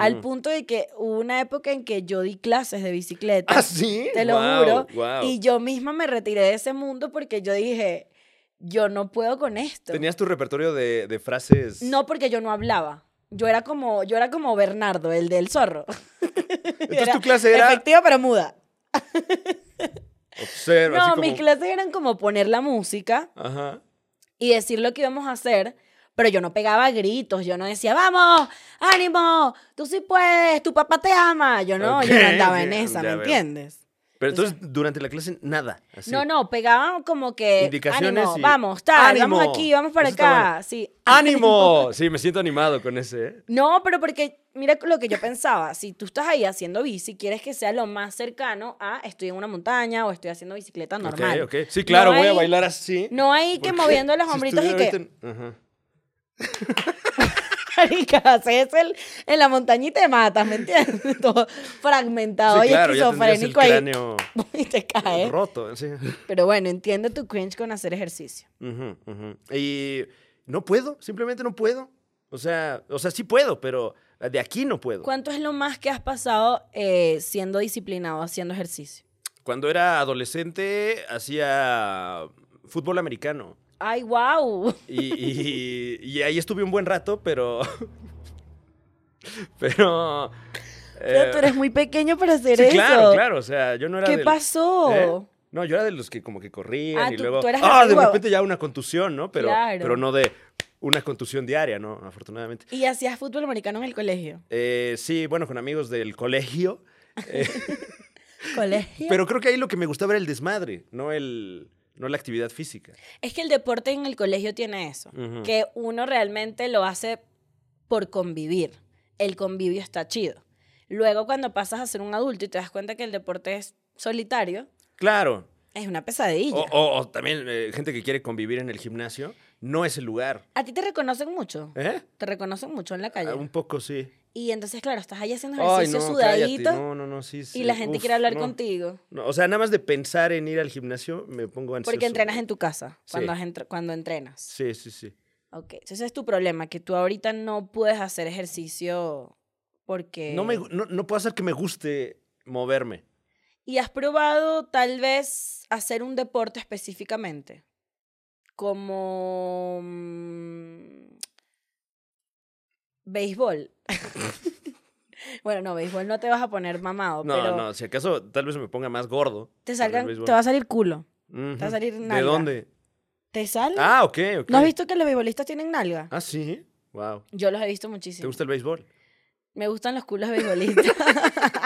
Speaker 2: Al punto de que hubo una época en que yo di clases de bicicleta.
Speaker 1: ¿Ah, sí?
Speaker 2: Te lo
Speaker 1: Guau,
Speaker 2: juro.
Speaker 1: guau.
Speaker 2: Y yo misma me retiré de ese mundo porque yo dije, yo no puedo con esto.
Speaker 1: ¿Tenías tu repertorio de, de frases?
Speaker 2: No porque yo no hablaba. Yo era como, yo era como Bernardo, el del zorro.
Speaker 1: Entonces tu clase era...
Speaker 2: Efectiva pero muda.
Speaker 1: Observa, así
Speaker 2: No,
Speaker 1: como-
Speaker 2: mis clases eran como poner la música
Speaker 1: Ajá.
Speaker 2: y decir lo que íbamos a hacer, pero yo no pegaba gritos, yo no decía, vamos, ánimo, tú sí puedes, tu papá te ama. Yo no, yo
Speaker 1: Ok,
Speaker 2: no andaba en
Speaker 1: bien, ya
Speaker 2: esa, ¿me
Speaker 1: veo.
Speaker 2: entiendes?
Speaker 1: Pero entonces, durante la clase, nada. así.
Speaker 2: No, no, pegaban como que.
Speaker 1: Indicaciones
Speaker 2: Ánimo,
Speaker 1: y-
Speaker 2: vamos, tal, vamos
Speaker 1: ¡Ánimo!
Speaker 2: aquí, vamos para
Speaker 1: Eso está
Speaker 2: acá.
Speaker 1: bueno.
Speaker 2: Sí.
Speaker 1: ¡Ánimo! Sí, me siento animado con ese. ¿eh?
Speaker 2: No, pero porque, mira lo que yo pensaba, si tú estás ahí haciendo bici, quieres que sea lo más cercano a estoy en una montaña o estoy haciendo bicicleta normal.
Speaker 1: Ok, ok. Sí, claro,
Speaker 2: No
Speaker 1: voy a
Speaker 2: hay-
Speaker 1: bailar así.
Speaker 2: No hay que
Speaker 1: porque
Speaker 2: moviendo los
Speaker 1: si
Speaker 2: hombritos y
Speaker 1: estuviera
Speaker 2: que,
Speaker 1: ahorita en- Ajá.
Speaker 2: marica, haces el, en la montaña y te matas, ¿me entiendes? Todo fragmentado
Speaker 1: Sí,
Speaker 2: y
Speaker 1: claro, ya tendrías el
Speaker 2: Ah, esquizofrénico ahí. Ah, ¿eh?
Speaker 1: cráneo
Speaker 2: Y te caes.
Speaker 1: roto. Sí.
Speaker 2: Pero bueno, entiendo tu cringe con hacer ejercicio.
Speaker 1: Ujú, ujú. Y no puedo, simplemente no puedo. O sea, o sea, sí puedo, pero de aquí no puedo.
Speaker 2: ¿Cuánto es lo más que has pasado eh, siendo disciplinado haciendo ejercicio?
Speaker 1: Cuando era adolescente hacía fútbol americano.
Speaker 2: Ay, wow.
Speaker 1: Y, y- y ahí estuve un buen rato, pero... Pero... eh,
Speaker 2: tú eres muy pequeño para hacer
Speaker 1: sí,
Speaker 2: eso.
Speaker 1: claro, claro. O sea, yo no era
Speaker 2: ¿Qué
Speaker 1: del-
Speaker 2: pasó?
Speaker 1: ¿Eh? No, yo era de los que como que corrían
Speaker 2: Ah,
Speaker 1: y
Speaker 2: tú-
Speaker 1: luego.
Speaker 2: tú eras
Speaker 1: ah,
Speaker 2: la-
Speaker 1: de
Speaker 2: guau.
Speaker 1: repente ya una contusión, ¿no? Pero,
Speaker 2: Claro.
Speaker 1: pero no de una contusión diaria, ¿no? Afortunadamente.
Speaker 2: Y hacías fútbol americano en el colegio.
Speaker 1: Eh, sí, bueno, con amigos del colegio. eh,
Speaker 2: Colegio.
Speaker 1: pero creo que ahí lo que me gustaba era el desmadre, no el. No la actividad física.
Speaker 2: Es que el deporte en el colegio tiene eso,
Speaker 1: Ujú.
Speaker 2: que uno realmente lo hace por convivir. El convivio está chido. Luego cuando pasas a ser un adulto y te das cuenta que el deporte es solitario,
Speaker 1: Claro.
Speaker 2: es una pesadilla.
Speaker 1: O, o- o también eh, gente que quiere convivir en el gimnasio. No es el lugar.
Speaker 2: A ti te reconocen mucho.
Speaker 1: ¿Eh?
Speaker 2: Te reconocen mucho en la calle.
Speaker 1: Ah, Un poco sí.
Speaker 2: Y entonces, claro, estás ahí haciendo
Speaker 1: Ay,
Speaker 2: ejercicio
Speaker 1: no, cállate.
Speaker 2: sudadito
Speaker 1: No, no, no, sí, sí.
Speaker 2: y la gente
Speaker 1: Uf,
Speaker 2: quiere hablar
Speaker 1: no.
Speaker 2: contigo.
Speaker 1: No, o sea, nada más de pensar en ir al gimnasio me pongo ansioso.
Speaker 2: Porque entrenas en tu casa
Speaker 1: Sí.
Speaker 2: cuando, has entr- cuando entrenas.
Speaker 1: Sí, sí, sí.
Speaker 2: Ok, entonces ese es tu problema, que tú ahorita no puedes hacer ejercicio porque...
Speaker 1: No, me, gu- no, no puedo hacer que me guste moverme.
Speaker 2: ¿Y has probado tal vez hacer un deporte específicamente? Como... mm, Béisbol. bueno, no, béisbol no te vas a poner mamado,
Speaker 1: No,
Speaker 2: pero
Speaker 1: no, si acaso tal vez me ponga más gordo. con
Speaker 2: te,
Speaker 1: el
Speaker 2: salgan,
Speaker 1: béisbol.
Speaker 2: te va a salir culo.
Speaker 1: Ujú.
Speaker 2: te va a salir
Speaker 1: ¿De
Speaker 2: nalga.
Speaker 1: dónde?
Speaker 2: ¿Te sale?
Speaker 1: Ah, ok, ok.
Speaker 2: ¿No has visto que los beisbolistas tienen nalga?
Speaker 1: Ah, sí. Wow.
Speaker 2: Yo los he visto muchísimo.
Speaker 1: ¿Te gusta el béisbol?
Speaker 2: Me gustan los culos beisbolistas.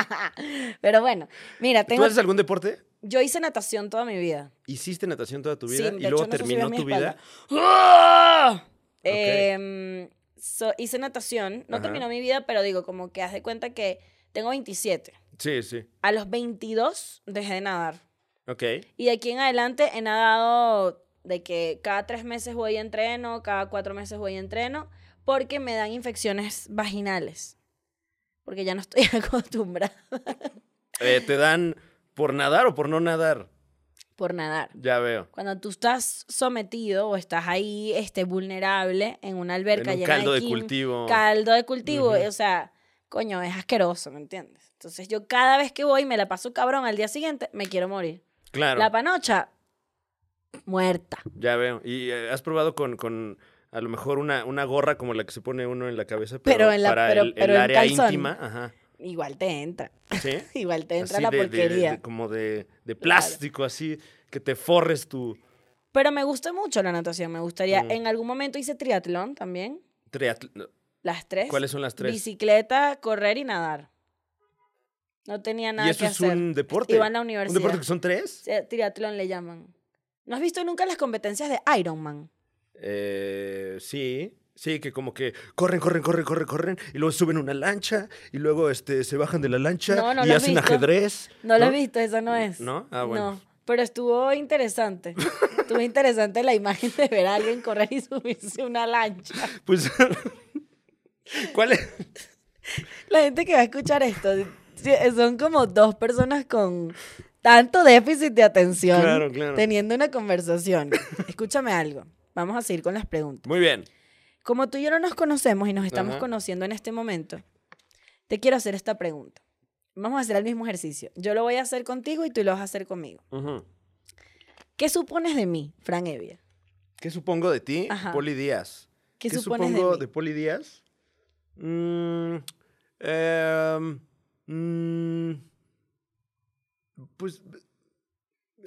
Speaker 2: Pero bueno, mira,
Speaker 1: ¿Tú
Speaker 2: tengo,
Speaker 1: haces algún deporte?
Speaker 2: yo hice natación toda mi vida.
Speaker 1: ¿Hiciste natación toda tu
Speaker 2: Sí,
Speaker 1: vida
Speaker 2: de
Speaker 1: y
Speaker 2: hecho,
Speaker 1: luego
Speaker 2: no se subía a
Speaker 1: terminó
Speaker 2: mi
Speaker 1: tu vida?
Speaker 2: espalda. ¡Ah!
Speaker 1: Ok.
Speaker 2: Em, so- hice natación, no
Speaker 1: Ajá.
Speaker 2: terminó mi vida, pero digo, como que haz de cuenta que tengo 27.
Speaker 1: Sí, sí.
Speaker 2: A los 22 dejé de nadar.
Speaker 1: Ok.
Speaker 2: Y de aquí en adelante he nadado de que cada tres meses voy y entreno, cada cuatro meses voy y entreno, porque me dan infecciones vaginales. Porque ya no estoy acostumbrada
Speaker 1: Eh, ¿Te dan por nadar o por no nadar?
Speaker 2: por nadar.
Speaker 1: Ya veo.
Speaker 2: Cuando tú estás sometido o estás ahí este, vulnerable en una alberca
Speaker 1: En un
Speaker 2: llena
Speaker 1: caldo de
Speaker 2: quim-
Speaker 1: cultivo.
Speaker 2: Caldo de cultivo, eh,
Speaker 1: Ujú.
Speaker 2: o sea, coño, es asqueroso, ¿me entiendes? Entonces yo cada vez que voy me la paso cabrón, al día siguiente me quiero morir.
Speaker 1: Claro.
Speaker 2: La panocha, muerta.
Speaker 1: Ya veo. ¿Y eh, has probado con, con a lo mejor una, una gorra como la que se pone uno en la cabeza? Pero,
Speaker 2: Pero en la-
Speaker 1: para
Speaker 2: pero-
Speaker 1: el,
Speaker 2: pero
Speaker 1: el
Speaker 2: en
Speaker 1: área
Speaker 2: calzón.
Speaker 1: íntima. Ajá.
Speaker 2: Igual te entra,
Speaker 1: Sí.
Speaker 2: igual te entra
Speaker 1: Así
Speaker 2: la
Speaker 1: de- de- de-
Speaker 2: porquería.
Speaker 1: como de, de plástico, así, que te forres tu
Speaker 2: Pero me gusta mucho la natación, me gustaría.
Speaker 1: Mm.
Speaker 2: En algún momento hice triatlón también,
Speaker 1: triatlón.
Speaker 2: las tres.
Speaker 1: ¿Cuáles son las tres?
Speaker 2: Bicicleta, correr y nadar. No tenía nada
Speaker 1: y eso
Speaker 2: que
Speaker 1: es
Speaker 2: hacer.
Speaker 1: un deporte.
Speaker 2: Iba a la
Speaker 1: un
Speaker 2: universidad.
Speaker 1: deporte que son tres.
Speaker 2: Sí, Triatlón le llaman. ¿No has visto nunca las competencias de Ironman?
Speaker 1: Eh, sí. Sí, que como que corren, corren, corren, corren, corren, y luego suben una lancha, y luego este, se bajan de la lancha
Speaker 2: No, no
Speaker 1: y
Speaker 2: lo he
Speaker 1: hacen
Speaker 2: visto.
Speaker 1: ajedrez.
Speaker 2: No, lo he visto, eso no es.
Speaker 1: ¿No? Ah, bueno.
Speaker 2: Pues, No, pero estuvo interesante. estuvo interesante la imagen de ver a alguien correr y subirse a una lancha.
Speaker 1: Pues, ¿cuál es?
Speaker 2: La gente que va a escuchar esto sí, son como dos personas con tanto déficit de atención
Speaker 1: Claro, claro.
Speaker 2: teniendo una conversación. Escúchame algo. Vamos a seguir con las preguntas.
Speaker 1: Muy bien.
Speaker 2: Como tú y yo no nos conocemos y nos estamos
Speaker 1: Ajá.
Speaker 2: conociendo en este momento, Te quiero hacer esta pregunta. Vamos a hacer el mismo ejercicio. Yo lo voy a hacer contigo y tú lo vas a hacer conmigo.
Speaker 1: Ujú.
Speaker 2: ¿Qué supones de mí, Fran Evia?
Speaker 1: ¿Qué supongo de ti,
Speaker 2: Ajá.
Speaker 1: Poli Díaz?
Speaker 2: ¿Qué supones de
Speaker 1: supongo
Speaker 2: mí?
Speaker 1: de, Poli Díaz? Mm, em, mm, pues,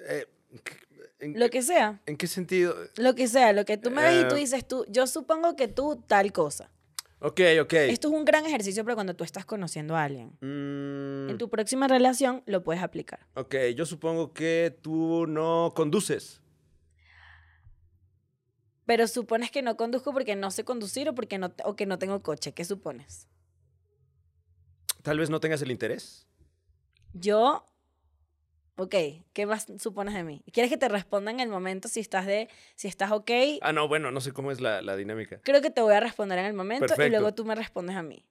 Speaker 1: eh, ¿en,
Speaker 2: Lo que sea.
Speaker 1: en qué sentido?
Speaker 2: Lo que sea, lo que tú me ves y tú
Speaker 1: Eh.
Speaker 2: dices tú, yo supongo que tú tal cosa.
Speaker 1: Ok, ok.
Speaker 2: Esto es un gran ejercicio para cuando tú estás conociendo a alguien.
Speaker 1: Mm,
Speaker 2: En tu próxima relación lo puedes aplicar.
Speaker 1: ok, yo supongo que tú no conduces.
Speaker 2: Pero supones que no conduzco porque no sé conducir o porque no te- o que no tengo coche. ¿Qué supones?
Speaker 1: Tal vez no tengas el interés.
Speaker 2: Yo, ok, ¿qué más supones de mí? ¿Quieres que te responda en el momento si estás de, si estás ok?
Speaker 1: Ah, no, bueno, no sé cómo es la, la dinámica.
Speaker 2: Creo que te voy a responder en el momento y
Speaker 1: Perfecto.
Speaker 2: luego tú me respondes a mí.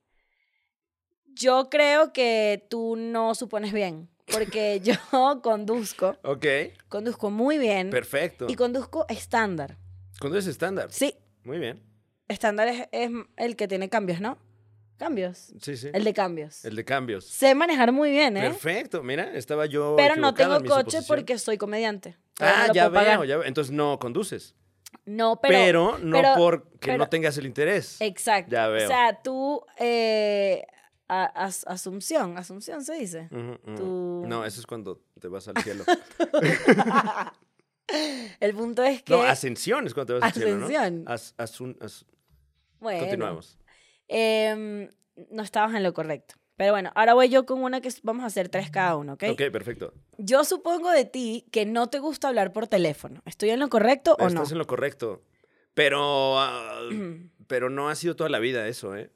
Speaker 2: Yo creo que tú no supones bien porque yo conduzco,
Speaker 1: Ok,
Speaker 2: conduzco muy bien
Speaker 1: perfecto.
Speaker 2: Mm, y conduzco estándar.
Speaker 1: Conduces estándar.
Speaker 2: Sí,
Speaker 1: Muy bien.
Speaker 2: estándar es, es el que tiene cambios, ¿no? Cambios.
Speaker 1: Sí, sí.
Speaker 2: El de cambios.
Speaker 1: El de cambios.
Speaker 2: Sé manejar muy bien, ¿eh?
Speaker 1: Perfecto, mira, estaba yo.
Speaker 2: Pero
Speaker 1: equivocado
Speaker 2: no
Speaker 1: en
Speaker 2: tengo
Speaker 1: mi
Speaker 2: coche
Speaker 1: suposición.
Speaker 2: porque soy comediante. Todavía no
Speaker 1: Ah,
Speaker 2: lo
Speaker 1: ya
Speaker 2: puedo pagar.
Speaker 1: veo, ya veo. Entonces no conduces.
Speaker 2: No, pero.
Speaker 1: Pero, no
Speaker 2: pero-
Speaker 1: porque
Speaker 2: pero-
Speaker 1: no tengas el interés.
Speaker 2: Exacto.
Speaker 1: Ya veo.
Speaker 2: O sea, tú. eh, a- as- asunción. Asunción se dice.
Speaker 1: Ujú, ujú.
Speaker 2: tú-
Speaker 1: No, eso es cuando te vas al cielo.
Speaker 2: El punto es que.
Speaker 1: no, ascensión es cuando te vas al cielo,
Speaker 2: Ascensión.
Speaker 1: ¿no? As- asun- as-
Speaker 2: bueno,
Speaker 1: Continuamos.
Speaker 2: em, no estabas en lo correcto. Pero bueno, ahora voy yo con una que es- vamos a hacer tres cada uno, ¿ok?
Speaker 1: Ok, perfecto.
Speaker 2: Yo supongo de ti que no te gusta hablar por teléfono. ¿Estoy en lo correcto o no?
Speaker 1: Estás en lo correcto. Pero, ah, pero no ha sido toda la vida eso, ¿eh?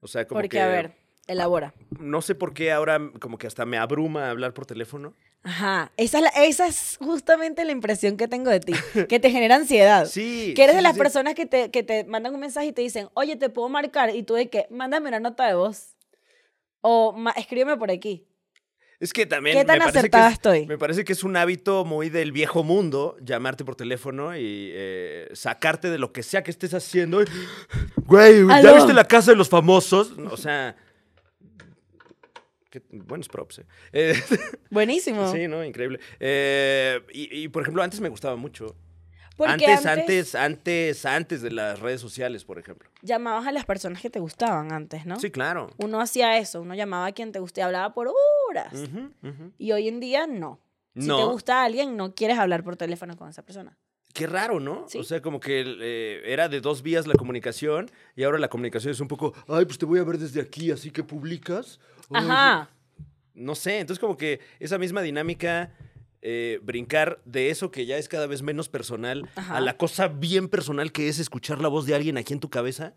Speaker 1: O sea, como
Speaker 2: Porque,
Speaker 1: que...
Speaker 2: a ver, elabora.
Speaker 1: No sé por qué ahora como que hasta me abruma hablar por teléfono.
Speaker 2: Ajá, esa es, la- esa es justamente la impresión que tengo de ti, que te genera ansiedad.
Speaker 1: Sí.
Speaker 2: Que eres
Speaker 1: sí,
Speaker 2: de las
Speaker 1: sí.
Speaker 2: personas que te, que te mandan un mensaje y te dicen, oye, te puedo marcar, y tú de que, mándame una nota de voz. O "Ma- escríbeme por aquí.
Speaker 1: Es que también.
Speaker 2: ¿Qué tan
Speaker 1: me parece que
Speaker 2: acertada
Speaker 1: es-
Speaker 2: estoy?
Speaker 1: Me parece que es un hábito muy del viejo mundo llamarte por teléfono y eh, sacarte de lo que sea que estés haciendo. Güey, ¿ya
Speaker 2: Aló.
Speaker 1: viste la casa de los famosos? O sea. qué buenos props. eh. Eh,
Speaker 2: Buenísimo.
Speaker 1: sí, ¿no? Increíble. Eh, y, y, por ejemplo, antes me gustaba mucho.
Speaker 2: Porque
Speaker 1: antes, antes, antes, antes de las redes sociales, por ejemplo.
Speaker 2: llamabas a las personas que te gustaban antes, ¿no?
Speaker 1: Sí, claro.
Speaker 2: Uno hacía eso, uno llamaba a quien te gustaba, hablaba por horas.
Speaker 1: Ujú, ujú.
Speaker 2: Y hoy en día, no. Si te
Speaker 1: No.
Speaker 2: gusta alguien, no quieres hablar por teléfono con esa persona.
Speaker 1: Qué raro, ¿no?
Speaker 2: Sí.
Speaker 1: O sea, como que eh, era de dos vías la comunicación y ahora la comunicación es un poco, ay, pues te voy a ver desde aquí, así que publicas. Ay,
Speaker 2: Ajá.
Speaker 1: No sé, entonces como que esa misma dinámica, eh, brincar de eso que ya es cada vez menos personal
Speaker 2: Ajá.
Speaker 1: a la cosa bien personal que es escuchar la voz de alguien aquí en tu cabeza,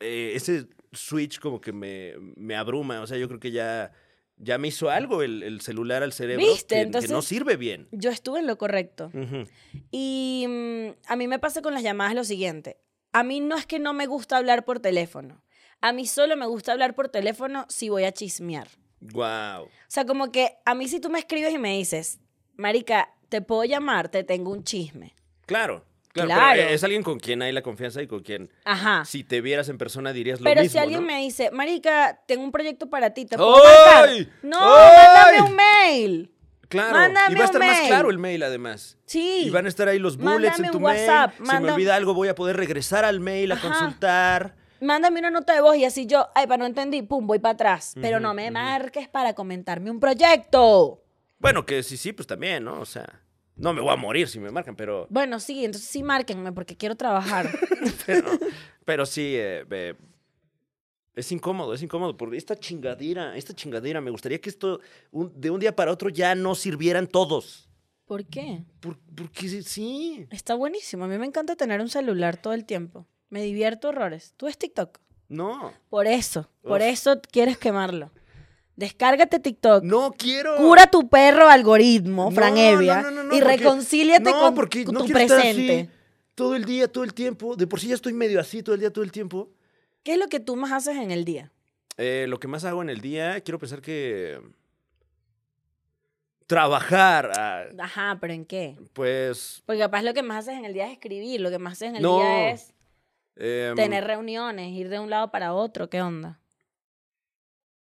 Speaker 1: eh, ese switch como que me, me abruma. O sea, yo creo que ya, ya me hizo algo el, el celular al cerebro
Speaker 2: ¿Viste?
Speaker 1: que- que,
Speaker 2: Entonces-
Speaker 1: no sirve bien.
Speaker 2: Yo estuve en lo correcto.
Speaker 1: Ujú.
Speaker 2: Y mm, a mí me pasa con las llamadas lo siguiente. A mí no es que no me gusta hablar por teléfono. A mí solo me gusta hablar por teléfono si voy a chismear.
Speaker 1: Guau.
Speaker 2: O sea, como que a mí si tú me escribes y me dices, Marica, te puedo llamar, te tengo un chisme.
Speaker 1: Claro, claro.
Speaker 2: Claro.
Speaker 1: pero eh, es alguien con quien hay la confianza y con quien,
Speaker 2: Ajá.
Speaker 1: si te vieras en persona, dirías lo
Speaker 2: Pero
Speaker 1: mismo.
Speaker 2: si alguien
Speaker 1: ¿no?
Speaker 2: me dice, Marica, tengo un proyecto para ti, te puedo
Speaker 1: ¡Ay!
Speaker 2: marcar. No,
Speaker 1: ¡Ay!
Speaker 2: mándame un mail.
Speaker 1: Claro. y
Speaker 2: Mándame
Speaker 1: va a
Speaker 2: un
Speaker 1: estar más
Speaker 2: mail.
Speaker 1: claro el mail, además.
Speaker 2: Sí.
Speaker 1: Y van a estar ahí los bullets
Speaker 2: Mándame
Speaker 1: en tu
Speaker 2: un WhatsApp,
Speaker 1: mail. Se me
Speaker 2: mándame-
Speaker 1: olvida algo, voy a poder regresar al mail a
Speaker 2: Ajá.
Speaker 1: consultar.
Speaker 2: Mándame una nota de voz y así yo, ay, para no entendí, pum, voy para atrás. Pero no me marques para comentarme un proyecto.
Speaker 1: Bueno, que sí, sí, pues también, ¿no? O sea, no me voy a morir si me marcan, pero,
Speaker 2: Bueno, sí, entonces sí, márquenme porque quiero trabajar.
Speaker 1: pero, pero sí, eh, eh, es incómodo, es incómodo. Por esta chingadera, esta chingadera, me gustaría que esto un- de un día para otro ya no sirvieran todos.
Speaker 2: ¿Por qué?
Speaker 1: Por- porque sí.
Speaker 2: Está buenísimo. A mí me encanta tener un celular todo el tiempo. Me divierto horrores. ¿Tú ves TikTok?
Speaker 1: No.
Speaker 2: Por eso. Por
Speaker 1: Uf.
Speaker 2: eso quieres quemarlo. Descárgate TikTok.
Speaker 1: No quiero.
Speaker 2: Cura tu perro algoritmo,
Speaker 1: No,
Speaker 2: Fran
Speaker 1: no,
Speaker 2: Evia.
Speaker 1: no, no, no,
Speaker 2: y
Speaker 1: porque-
Speaker 2: reconcíliate
Speaker 1: no,
Speaker 2: con,
Speaker 1: porque
Speaker 2: con
Speaker 1: no
Speaker 2: tu
Speaker 1: quiero estar así
Speaker 2: presente.
Speaker 1: todo el día, todo el tiempo. De por sí ya estoy medio así todo el día, todo el tiempo.
Speaker 2: ¿Qué es lo que tú más haces en el día?
Speaker 1: Eh, lo que más hago en el día, quiero pensar que. Trabajar. ah,
Speaker 2: Ajá, pero ¿en qué?
Speaker 1: pues.
Speaker 2: Porque capaz lo que más haces en el día es escribir, lo que más haces en el
Speaker 1: No.
Speaker 2: día es
Speaker 1: em,
Speaker 2: tener reuniones, ir de un lado para otro, ¿qué onda?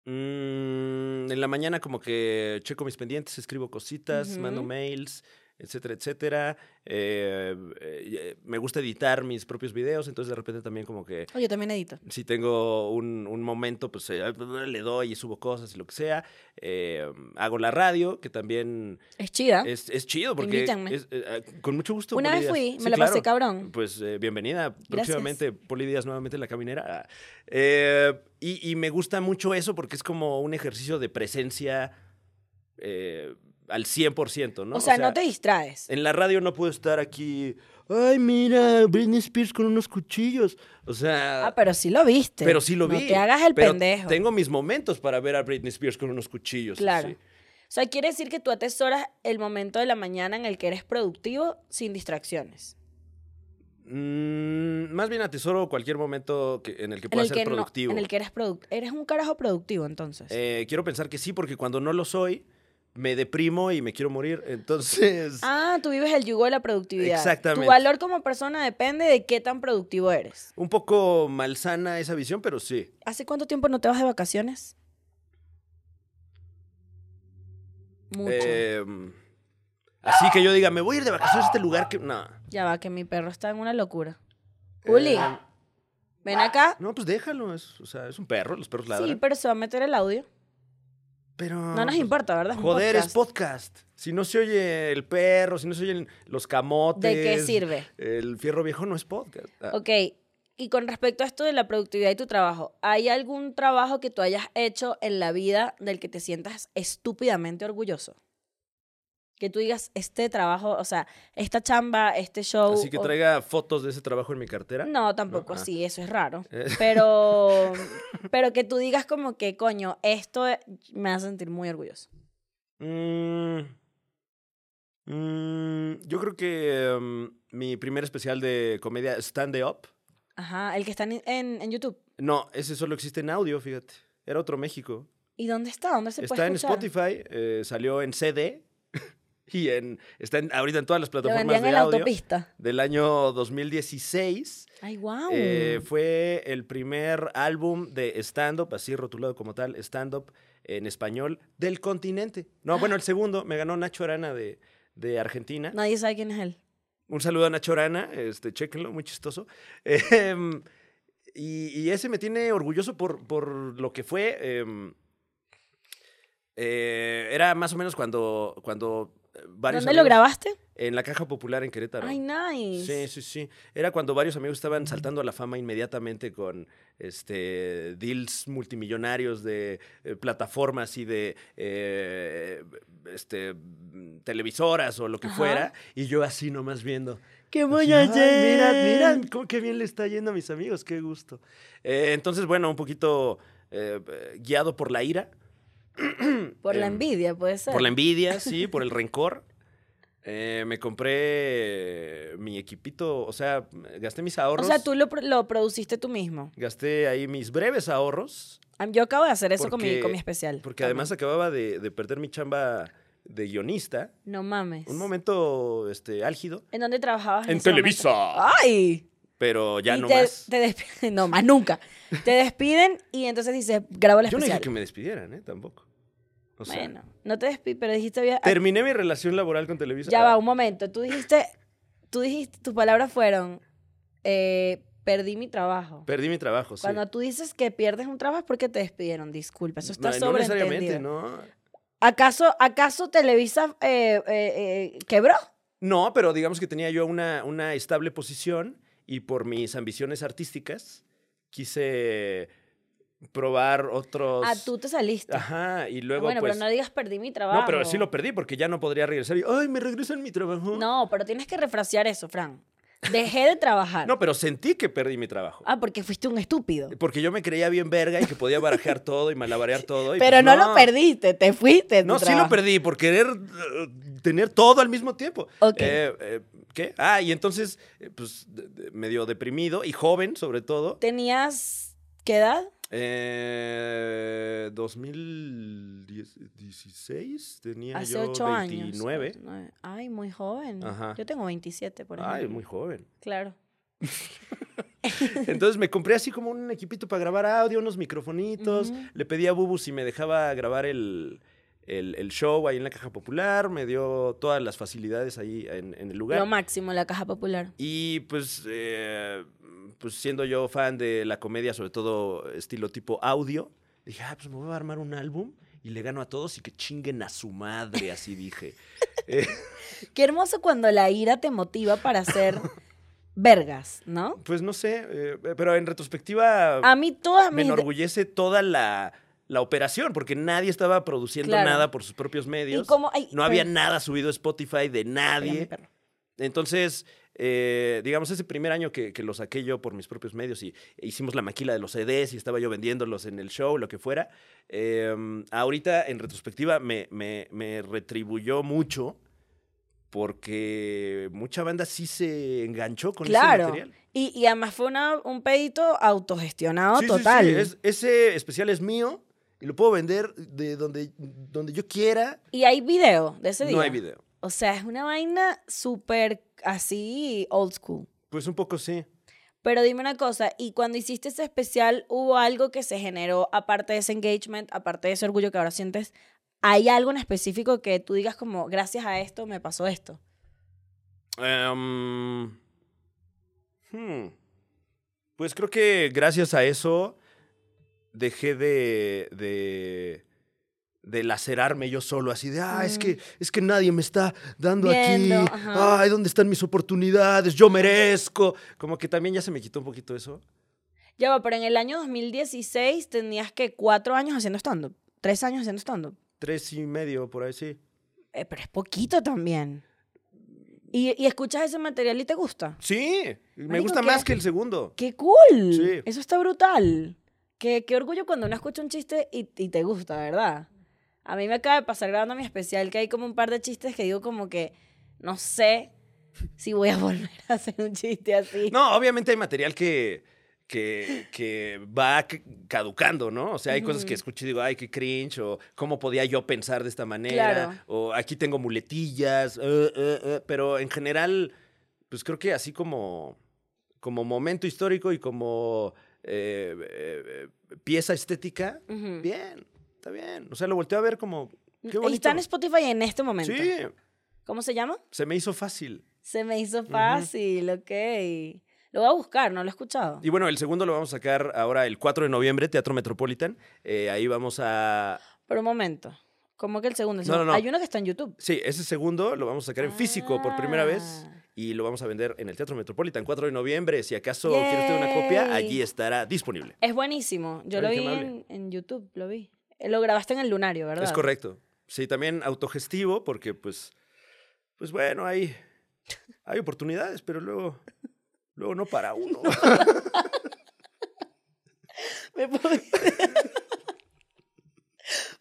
Speaker 1: Mm, en la mañana como que checo mis pendientes, escribo cositas, mando
Speaker 2: Ujú.
Speaker 1: mails, etcétera, etcétera. Eh, eh, me gusta editar mis propios videos, entonces de repente también como que
Speaker 2: Oh, yo también edito.
Speaker 1: si tengo un, un momento, pues eh, le doy y subo cosas y lo que sea. Eh, hago la radio, que también
Speaker 2: Es chida.
Speaker 1: es, es chido porque
Speaker 2: Invítanme.
Speaker 1: es, eh, ah, con mucho gusto.
Speaker 2: Una
Speaker 1: Poli
Speaker 2: vez
Speaker 1: Díaz.
Speaker 2: fui, me
Speaker 1: Sí,
Speaker 2: la
Speaker 1: claro.
Speaker 2: pasé cabrón.
Speaker 1: Pues eh, bienvenida próximamente, Poli Díaz, nuevamente en la caminera. Ah, eh, y, y me gusta mucho eso porque es como un ejercicio de presencia eh, al 100%, ¿no? eh,
Speaker 2: o, sea, no te distraes.
Speaker 1: En la radio no puedo estar aquí, ay, mira, Britney Spears con unos cuchillos. O sea...
Speaker 2: Ah, pero sí lo viste.
Speaker 1: Pero sí lo vi.
Speaker 2: No te hagas el
Speaker 1: Pero
Speaker 2: pendejo.
Speaker 1: Tengo mis momentos para ver a Britney Spears con unos cuchillos.
Speaker 2: Claro.
Speaker 1: así.
Speaker 2: O sea, quiere decir que tú atesoras el momento de la mañana en el que eres productivo sin distracciones.
Speaker 1: Mm, más bien atesoro cualquier momento que- en el que
Speaker 2: En
Speaker 1: pueda
Speaker 2: el
Speaker 1: ser
Speaker 2: que, no-
Speaker 1: productivo.
Speaker 2: en el que eres productivo. Eres un carajo productivo, entonces.
Speaker 1: Eh, quiero pensar que sí, porque cuando no lo soy, me deprimo y me quiero morir. Entonces,
Speaker 2: ah, tú vives el yugo de la productividad.
Speaker 1: Exactamente.
Speaker 2: Tu valor como persona depende de qué tan productivo eres.
Speaker 1: un poco malsana esa visión, pero sí.
Speaker 2: ¿Hace cuánto tiempo no te vas de vacaciones? Mucho.
Speaker 1: Eh, así que yo diga, me voy a ir de vacaciones a este lugar que. No.
Speaker 2: Ya va, que mi perro está en una locura. Uli,
Speaker 1: Eh,
Speaker 2: ven acá.
Speaker 1: no, pues déjalo. Es, o sea, es un perro, los perros ladran.
Speaker 2: Sí, pero se va a meter el audio.
Speaker 1: pero.
Speaker 2: No nos
Speaker 1: pues,
Speaker 2: importa, ¿verdad? Es un
Speaker 1: Joder, es
Speaker 2: podcast.
Speaker 1: podcast. Si no se oye el perro, si no se oyen los camotes.
Speaker 2: ¿De qué sirve?
Speaker 1: El fierro viejo no es podcast. Ah,
Speaker 2: Ok, y con respecto a esto de la productividad y tu trabajo, ¿hay algún trabajo que tú hayas hecho en la vida del que te sientas estúpidamente orgulloso? Que tú digas, este trabajo, o sea, esta chamba, este show.
Speaker 1: Así que
Speaker 2: o-
Speaker 1: traiga fotos de ese trabajo en mi cartera.
Speaker 2: No, tampoco
Speaker 1: No, ah.
Speaker 2: así, eso es raro.
Speaker 1: Eh.
Speaker 2: Pero, pero que tú digas como que, coño, esto me hace sentir muy orgulloso.
Speaker 1: Mm. Mm, yo creo que em, mi primer especial de comedia, Stand Up.
Speaker 2: Ajá, el que está en, en- en YouTube.
Speaker 1: No, ese solo existe en audio, fíjate. Era otro México.
Speaker 2: ¿Y dónde está? ¿Dónde se
Speaker 1: Está
Speaker 2: puede
Speaker 1: en
Speaker 2: escuchar?
Speaker 1: Spotify, eh, salió en CD y en, está en- ahorita en todas las
Speaker 2: Lo
Speaker 1: plataformas
Speaker 2: vendían
Speaker 1: de
Speaker 2: en la
Speaker 1: audio.
Speaker 2: autopista.
Speaker 1: Del año 2016.
Speaker 2: Ay, wow.
Speaker 1: Eh, fue el primer álbum de stand-up, así rotulado como tal, stand-up en español del continente. No, bueno, el segundo me ganó Nacho Arana de, de Argentina.
Speaker 2: Nadie sabe quién es él.
Speaker 1: Un saludo a Nacho Arana, este, chéquenlo, muy chistoso. Em, y, y ese me tiene orgulloso por, por lo que fue. em, eh, era más o menos cuando, cuando eh, varios.
Speaker 2: ¿Dónde lo
Speaker 1: amigos-
Speaker 2: grabaste?
Speaker 1: En la Caja Popular en Querétaro.
Speaker 2: Ay, nice.
Speaker 1: Sí, sí, sí. Era cuando varios amigos estaban saltando a la fama inmediatamente con este deals multimillonarios de eh, plataformas y de eh, este, mm, televisoras o lo que
Speaker 2: Ajá.
Speaker 1: fuera. Y yo así nomás viendo.
Speaker 2: ¿Qué
Speaker 1: Así, "Ay, Mira, mira, cómo- qué bien le está yendo a mis amigos, qué gusto. Eh, entonces, bueno, un poquito eh, eh, guiado por la ira,
Speaker 2: Por la
Speaker 1: Em,
Speaker 2: envidia, puede ser.
Speaker 1: por la envidia, sí, por el rencor. Eh, me compré eh, mi equipito, o sea, gasté mis
Speaker 2: o
Speaker 1: ahorros.
Speaker 2: sea, tú lo, pro- lo produciste tú mismo.
Speaker 1: Gasté ahí mis breves ahorros.
Speaker 2: Am- Yo acabo de hacer eso con, mi,
Speaker 1: Porque-
Speaker 2: con mi especial.
Speaker 1: Porque además acababa de, de perder mi chamba de guionista.
Speaker 2: No mames.
Speaker 1: Un momento este, álgido.
Speaker 2: ¿En dónde trabajabas?
Speaker 1: En
Speaker 2: ese
Speaker 1: Televisa.
Speaker 2: momento? ¡Ay!
Speaker 1: Pero ya
Speaker 2: Y
Speaker 1: no
Speaker 2: te,
Speaker 1: más.
Speaker 2: te despiden. No más, nunca. Te despiden y entonces dices, grabo el
Speaker 1: Yo no
Speaker 2: especial.
Speaker 1: dije que me despidieran, ¿eh? Tampoco. O sea,
Speaker 2: Bueno, no te despiden, pero dijiste, había- ah,
Speaker 1: terminé mi relación laboral con Televisa.
Speaker 2: Ya va, un momento. Tú dijiste, tú dijiste, tus palabras fueron, eh, perdí mi trabajo.
Speaker 1: Perdí mi trabajo, sí.
Speaker 2: Cuando tú dices que pierdes un trabajo es porque te despidieron. Disculpa, eso está
Speaker 1: No, no necesariamente,
Speaker 2: sobreentendido.
Speaker 1: ¿no?
Speaker 2: ¿Acaso, ¿Acaso Televisa eh, eh, eh, quebró?
Speaker 1: No, pero digamos que tenía yo una, una estable posición y por mis ambiciones artísticas quise probar otros...
Speaker 2: Ah, tú te saliste.
Speaker 1: Ajá, y luego
Speaker 2: Ah, bueno,
Speaker 1: pues...
Speaker 2: pero no digas perdí mi trabajo.
Speaker 1: No, pero sí lo perdí porque ya no podría regresar. Y, Ay, me regresan mi trabajo.
Speaker 2: No, pero tienes que refrasear eso, Fran. Dejé de trabajar.
Speaker 1: No, Eh, pero sentí que perdí mi trabajo.
Speaker 2: Ah, porque fuiste un estúpido.
Speaker 1: Porque yo me creía bien verga y que podía barajear todo y malabarear todo. y
Speaker 2: Pero
Speaker 1: pues,
Speaker 2: no, lo perdiste, te fuiste. de tu
Speaker 1: No, sí lo
Speaker 2: trabajo.
Speaker 1: perdí por querer eh, tener todo al mismo tiempo.
Speaker 2: Ok.
Speaker 1: Eh, eh, ¿Qué? Ah, y entonces, eh, pues, de- de- medio deprimido y joven, sobre todo.
Speaker 2: ¿Tenías qué edad?
Speaker 1: Eh, 2016 tenía
Speaker 2: Hace
Speaker 1: yo
Speaker 2: ocho
Speaker 1: 29.
Speaker 2: años. 29. Ay, muy joven.
Speaker 1: Ajá.
Speaker 2: Yo tengo 27, por ejemplo.
Speaker 1: Ay, muy joven.
Speaker 2: Claro.
Speaker 1: Entonces me compré así como un equipito para grabar audio, unos microfonitos. Le pedí a Bubu si me dejaba grabar el, el- el show ahí en la Caja Popular. Me dio todas las facilidades ahí en, en el lugar.
Speaker 2: Lo máximo, la caja popular.
Speaker 1: Y pues, eh, pues siendo yo fan de la comedia, sobre todo estilo tipo audio, dije, ah, pues me voy a armar un álbum y le gano a todos y que chinguen a su madre, así dije. Eh,
Speaker 2: Qué hermoso cuando la ira te motiva para hacer vergas, ¿no?
Speaker 1: pues no sé, eh, pero en retrospectiva
Speaker 2: A mí todas
Speaker 1: me
Speaker 2: mis...
Speaker 1: enorgullece toda la, la operación, porque nadie estaba produciendo
Speaker 2: Claro.
Speaker 1: nada por sus propios medios.
Speaker 2: Y como- ay,
Speaker 1: no había
Speaker 2: perdón.
Speaker 1: nada subido a Spotify de nadie.
Speaker 2: Espérame, perro.
Speaker 1: Entonces, eh, digamos, ese primer año que, que lo saqué yo por mis propios medios y e hicimos la maquila de los CDs y estaba yo vendiéndolos en el show, lo que fuera, eh, ahorita en retrospectiva me, me- me retribuyó mucho porque mucha banda sí se enganchó con ese
Speaker 2: Claro.
Speaker 1: material.
Speaker 2: Y, y además fue una- un pedito autogestionado
Speaker 1: Sí, sí, sí,
Speaker 2: total.
Speaker 1: es- ese especial es mío y lo puedo vender de donde, donde yo quiera.
Speaker 2: Y hay video de ese día.
Speaker 1: No hay video.
Speaker 2: O sea, es una vaina súper así old school.
Speaker 1: Pues un poco sí.
Speaker 2: Pero dime una cosa, y cuando hiciste ese especial, ¿hubo algo que se generó aparte de ese engagement, aparte de ese orgullo que ahora sientes? ¿Hay algo en específico que tú digas como, gracias a esto me pasó esto?
Speaker 1: Em, hmm. Pues creo que gracias a eso dejé de, de, de lacerarme yo solo, así de, ah, es, que, es que nadie me está dando
Speaker 2: Mm. Viendo,
Speaker 1: aquí,
Speaker 2: ajá.
Speaker 1: ay, ¿dónde están mis oportunidades? Yo merezco. Como que también ya se me quitó un poquito eso.
Speaker 2: Ya va, pero en el año 2016 tenías que cuatro años haciendo stand-up, tres años haciendo stand-up.
Speaker 1: Tres y medio, por ahí sí.
Speaker 2: Eh, pero es poquito también. Y, y escuchas ese material y te gusta.
Speaker 1: Sí, me
Speaker 2: Marico,
Speaker 1: gusta
Speaker 2: ¿qué?
Speaker 1: más que el segundo.
Speaker 2: ¡Qué cool!
Speaker 1: Sí.
Speaker 2: Eso está brutal. Qué, qué orgullo cuando uno escucha un chiste y, y te gusta, ¿verdad? A mí me acaba de pasar grabando mi especial que hay como un par de chistes que digo como que no sé si voy a volver a hacer un chiste así.
Speaker 1: No, obviamente hay material que, que, que va c- caducando, ¿no? O sea, hay cosas que escucho y digo, ay, qué cringe, o cómo podía yo pensar de esta manera,
Speaker 2: Claro.
Speaker 1: o aquí tengo muletillas, eh, eh, eh, pero en general, pues creo que así como, como momento histórico y como eh, eh, eh, pieza estética,
Speaker 2: Ujú.
Speaker 1: bien, está bien. O sea, lo volteo a ver como, qué
Speaker 2: Y
Speaker 1: bonito.
Speaker 2: está en Spotify en este momento.
Speaker 1: Sí,
Speaker 2: ¿Cómo se llama?
Speaker 1: se me hizo fácil.
Speaker 2: Se me hizo fácil, ok. Lo voy a buscar, no lo he escuchado.
Speaker 1: Y bueno, el segundo lo vamos a sacar ahora el 4 de noviembre, Teatro Metropolitan. Eh, ahí vamos a...
Speaker 2: Pero un momento. ¿Cómo que el segundo? El
Speaker 1: No, no,
Speaker 2: segundo.
Speaker 1: no.
Speaker 2: Hay uno que está en YouTube.
Speaker 1: Sí, ese segundo lo vamos a sacar en físico por primera vez
Speaker 2: Ah.
Speaker 1: y lo vamos a vender en el Teatro Metropolitan 4 de noviembre. Si acaso
Speaker 2: Yay.
Speaker 1: quieres tener una copia, allí estará disponible.
Speaker 2: Es buenísimo. Yo lo
Speaker 1: Ay, qué
Speaker 2: vi en,
Speaker 1: amable.
Speaker 2: en YouTube, lo vi. Eh, Lo grabaste en el lunario, ¿verdad?
Speaker 1: Es correcto. Sí, también autogestivo porque pues, pues bueno, hay, hay oportunidades, pero luego, luego no para uno.
Speaker 2: Me puedo,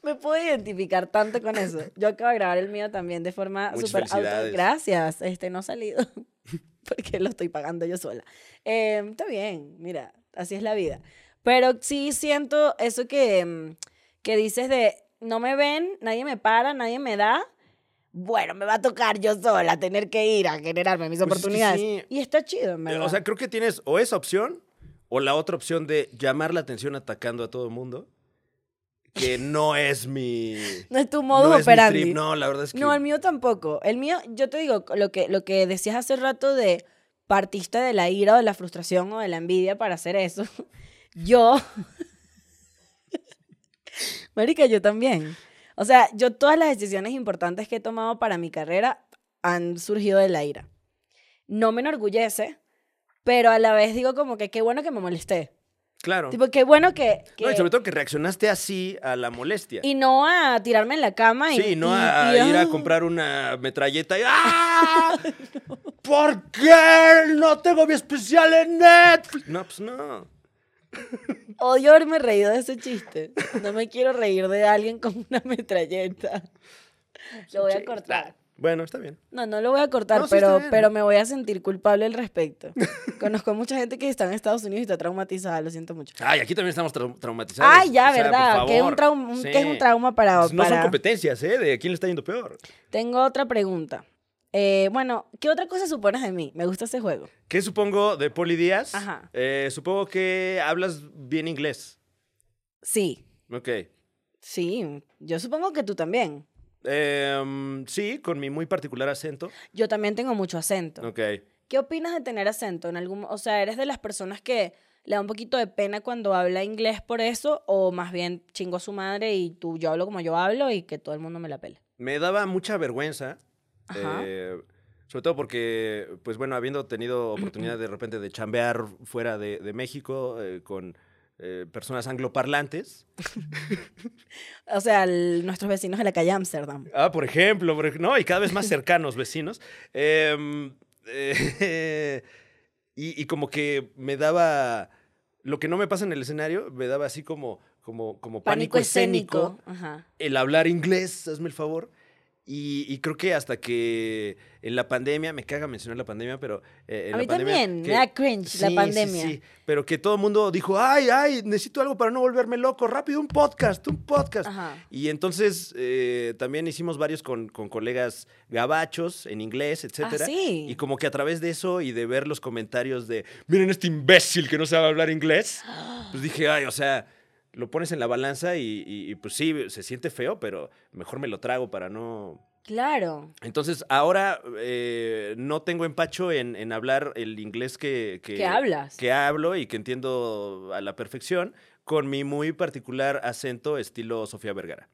Speaker 2: me puedo identificar tanto con eso. Yo acabo de grabar el mío también de forma
Speaker 1: Muchas
Speaker 2: súper auto.
Speaker 1: felicidades.
Speaker 2: Gracias. Este no ha salido porque lo estoy pagando yo sola. Eh, está bien, mira, así es la vida. Pero sí siento eso que, mm, que dices de no me ven, nadie me para, nadie me da. Bueno, me va a tocar yo sola tener que ir a generarme mis
Speaker 1: Pues es que
Speaker 2: oportunidades.
Speaker 1: sí.
Speaker 2: Y está chido, en verdad.
Speaker 1: Eh, O sea, creo que tienes o esa opción o la otra opción de llamar la atención atacando a todo el mundo, que no es mi...
Speaker 2: no es tu modo
Speaker 1: no es mi
Speaker 2: operandi.
Speaker 1: trip. No, la verdad es que...
Speaker 2: No, el mío tampoco. El mío, yo te digo, lo que, lo que decías hace rato de partiste de la ira o de la frustración o de la envidia para hacer eso. Yo. Marica, yo también. O sea, yo todas las decisiones importantes que he tomado para mi carrera han surgido de la ira. No me enorgullece, pero a la vez digo como que qué bueno que me molesté.
Speaker 1: Claro.
Speaker 2: Tipo, qué bueno que... que-
Speaker 1: No, y sobre todo que reaccionaste así a la molestia.
Speaker 2: y no a tirarme en la cama y...
Speaker 1: sí, no
Speaker 2: y-
Speaker 1: a, a
Speaker 2: y-
Speaker 1: ir a
Speaker 2: ¡ah!
Speaker 1: comprar una metralleta y ¡Ah! ¿Por qué no tengo mi especial en Netflix? No, pues no.
Speaker 2: Odio haberme reído de ese chiste. No me quiero reír de alguien con una metralleta. Lo voy a
Speaker 1: Sí,
Speaker 2: cortar.
Speaker 1: ah, Bueno, está bien.
Speaker 2: No, no lo voy a cortar,
Speaker 1: No, sí está
Speaker 2: pero,
Speaker 1: bien.
Speaker 2: pero me voy a sentir culpable al respecto. Conozco mucha gente que está en Estados Unidos y está traumatizada, lo siento mucho.
Speaker 1: Ay, aquí también estamos trau- traumatizados.
Speaker 2: Ay, ya,
Speaker 1: O sea, por
Speaker 2: ¿verdad? Que es, un
Speaker 1: favor.
Speaker 2: trauma, un-
Speaker 1: Sí.
Speaker 2: que es un trauma para...
Speaker 1: Pues No son
Speaker 2: para-
Speaker 1: competencias, ¿eh? De quién le está yendo peor.
Speaker 2: Tengo otra pregunta. Eh, bueno, ¿qué otra cosa supones de mí? Me gusta ese juego.
Speaker 1: ¿Qué supongo de Poli Díaz?
Speaker 2: Ajá.
Speaker 1: Eh, supongo que hablas bien inglés.
Speaker 2: Sí,
Speaker 1: Ok.
Speaker 2: sí. Yo supongo que tú también.
Speaker 1: Em, sí, con mi muy particular acento.
Speaker 2: Yo también tengo mucho acento.
Speaker 1: Ok.
Speaker 2: ¿Qué opinas de tener acento en algún, o sea, eres de las personas que le da un poquito de pena cuando habla inglés por eso o más bien chingo a su madre y tú yo hablo como yo hablo y que todo el mundo me la pele?
Speaker 1: Me daba mucha vergüenza.
Speaker 2: Ajá.
Speaker 1: eh, sobre todo porque, pues bueno, habiendo tenido oportunidad de repente de chambear fuera de, de México eh, con eh, personas angloparlantes.
Speaker 2: O sea, el- nuestros vecinos de la calle Amsterdam.
Speaker 1: Ah, por ejemplo, por ej- no, y cada vez más cercanos vecinos. Em, eh, y, y como que me daba, lo que no me pasa en el escenario, me daba así como, como, como pánico, escénico,
Speaker 2: Ajá.
Speaker 1: el hablar inglés, hazme el favor. Y, y creo que hasta que en la pandemia, me caga mencionar la pandemia, pero... eh, en la
Speaker 2: A mí
Speaker 1: pandemia,
Speaker 2: también, me
Speaker 1: que-
Speaker 2: da cringe la
Speaker 1: Sí, sí,
Speaker 2: pandemia.
Speaker 1: sí, pero que todo el mundo dijo, ay, ay, necesito algo para no volverme loco, rápido, un podcast, un podcast.
Speaker 2: Ajá.
Speaker 1: Y entonces eh, también hicimos varios con, con colegas gabachos en inglés, etcétera.
Speaker 2: Ah, sí.
Speaker 1: Y como que a través de eso y de ver los comentarios de miren este imbécil que no sabe hablar inglés, pues dije, ay, o sea, lo pones en la balanza y, y- y, pues sí, se siente feo, pero mejor me lo trago para no.
Speaker 2: Claro.
Speaker 1: Entonces ahora eh, no tengo empacho en, en hablar el inglés que, que,
Speaker 2: Que hablas.
Speaker 1: que hablo y que entiendo a la perfección con mi muy particular acento estilo Sofía Vergara.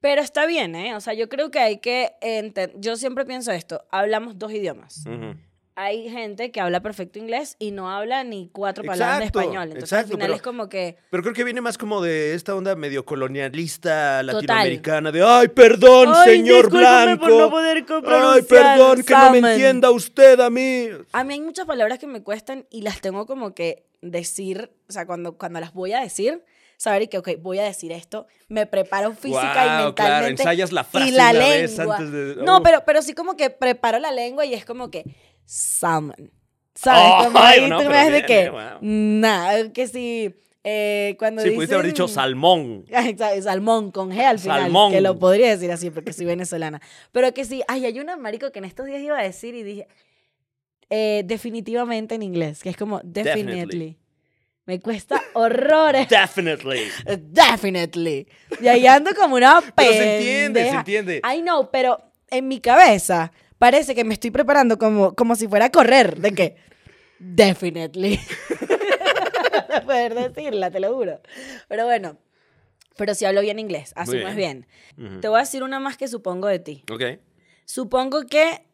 Speaker 2: Pero está bien, ¿eh? O sea, yo creo que hay que enten- Yo siempre pienso esto. Hablamos dos idiomas.
Speaker 1: Ujú.
Speaker 2: Hay gente que habla perfecto inglés y no habla ni cuatro palabras de
Speaker 1: Exacto,
Speaker 2: español. Entonces,
Speaker 1: exacto,
Speaker 2: al final
Speaker 1: pero-
Speaker 2: es como que...
Speaker 1: Pero creo que viene más como de esta onda medio colonialista
Speaker 2: Total.
Speaker 1: latinoamericana de ay, perdón,
Speaker 2: Ay,
Speaker 1: señor
Speaker 2: discúlpeme
Speaker 1: blanco.
Speaker 2: por no poder co-
Speaker 1: ay,
Speaker 2: pronunciar
Speaker 1: perdón, que no me
Speaker 2: salmon".
Speaker 1: entienda usted a mí.
Speaker 2: A mí hay muchas palabras que me cuestan y las tengo como que decir, o sea, cuando, cuando las voy a decir, saber y que, ok, voy a decir esto, me preparo física y
Speaker 1: Guau, claro,
Speaker 2: mentalmente.
Speaker 1: ensayas la frase
Speaker 2: y la
Speaker 1: una
Speaker 2: lengua.
Speaker 1: vez antes de-
Speaker 2: No,
Speaker 1: Uf.
Speaker 2: pero, pero sí como que preparo la lengua y es como que salmon. ¿Sabes? como
Speaker 1: Ay,
Speaker 2: ahí
Speaker 1: no,
Speaker 2: tú
Speaker 1: pero
Speaker 2: me ves de
Speaker 1: bien, eh,
Speaker 2: que,
Speaker 1: guau.
Speaker 2: nada, que sí, eh, cuando
Speaker 1: Sí, pudiste haber
Speaker 2: dicen-
Speaker 1: dicho salmón.
Speaker 2: Exacto, Salmón con G al final.
Speaker 1: Salmón.
Speaker 2: Que lo podría decir así porque soy venezolana. Pero que sí, ay, hay una marico que en estos días iba a decir y dije eh, definitivamente en inglés, que es como definitely.
Speaker 1: Definitely.
Speaker 2: Me cuesta horrores.
Speaker 1: Definitely.
Speaker 2: definitely. Y ahí ando como una pendeja.
Speaker 1: Pero se entiende, se entiende.
Speaker 2: Ay, no, pero en mi cabeza parece que me estoy preparando como, como si fuera a correr. ¿De qué? Definitely. Para poder decirla, te lo juro. Pero bueno, pero si hablo bien inglés, asumes bien.
Speaker 1: Ujú.
Speaker 2: Te voy a decir una más que supongo de ti.
Speaker 1: Ok.
Speaker 2: Supongo que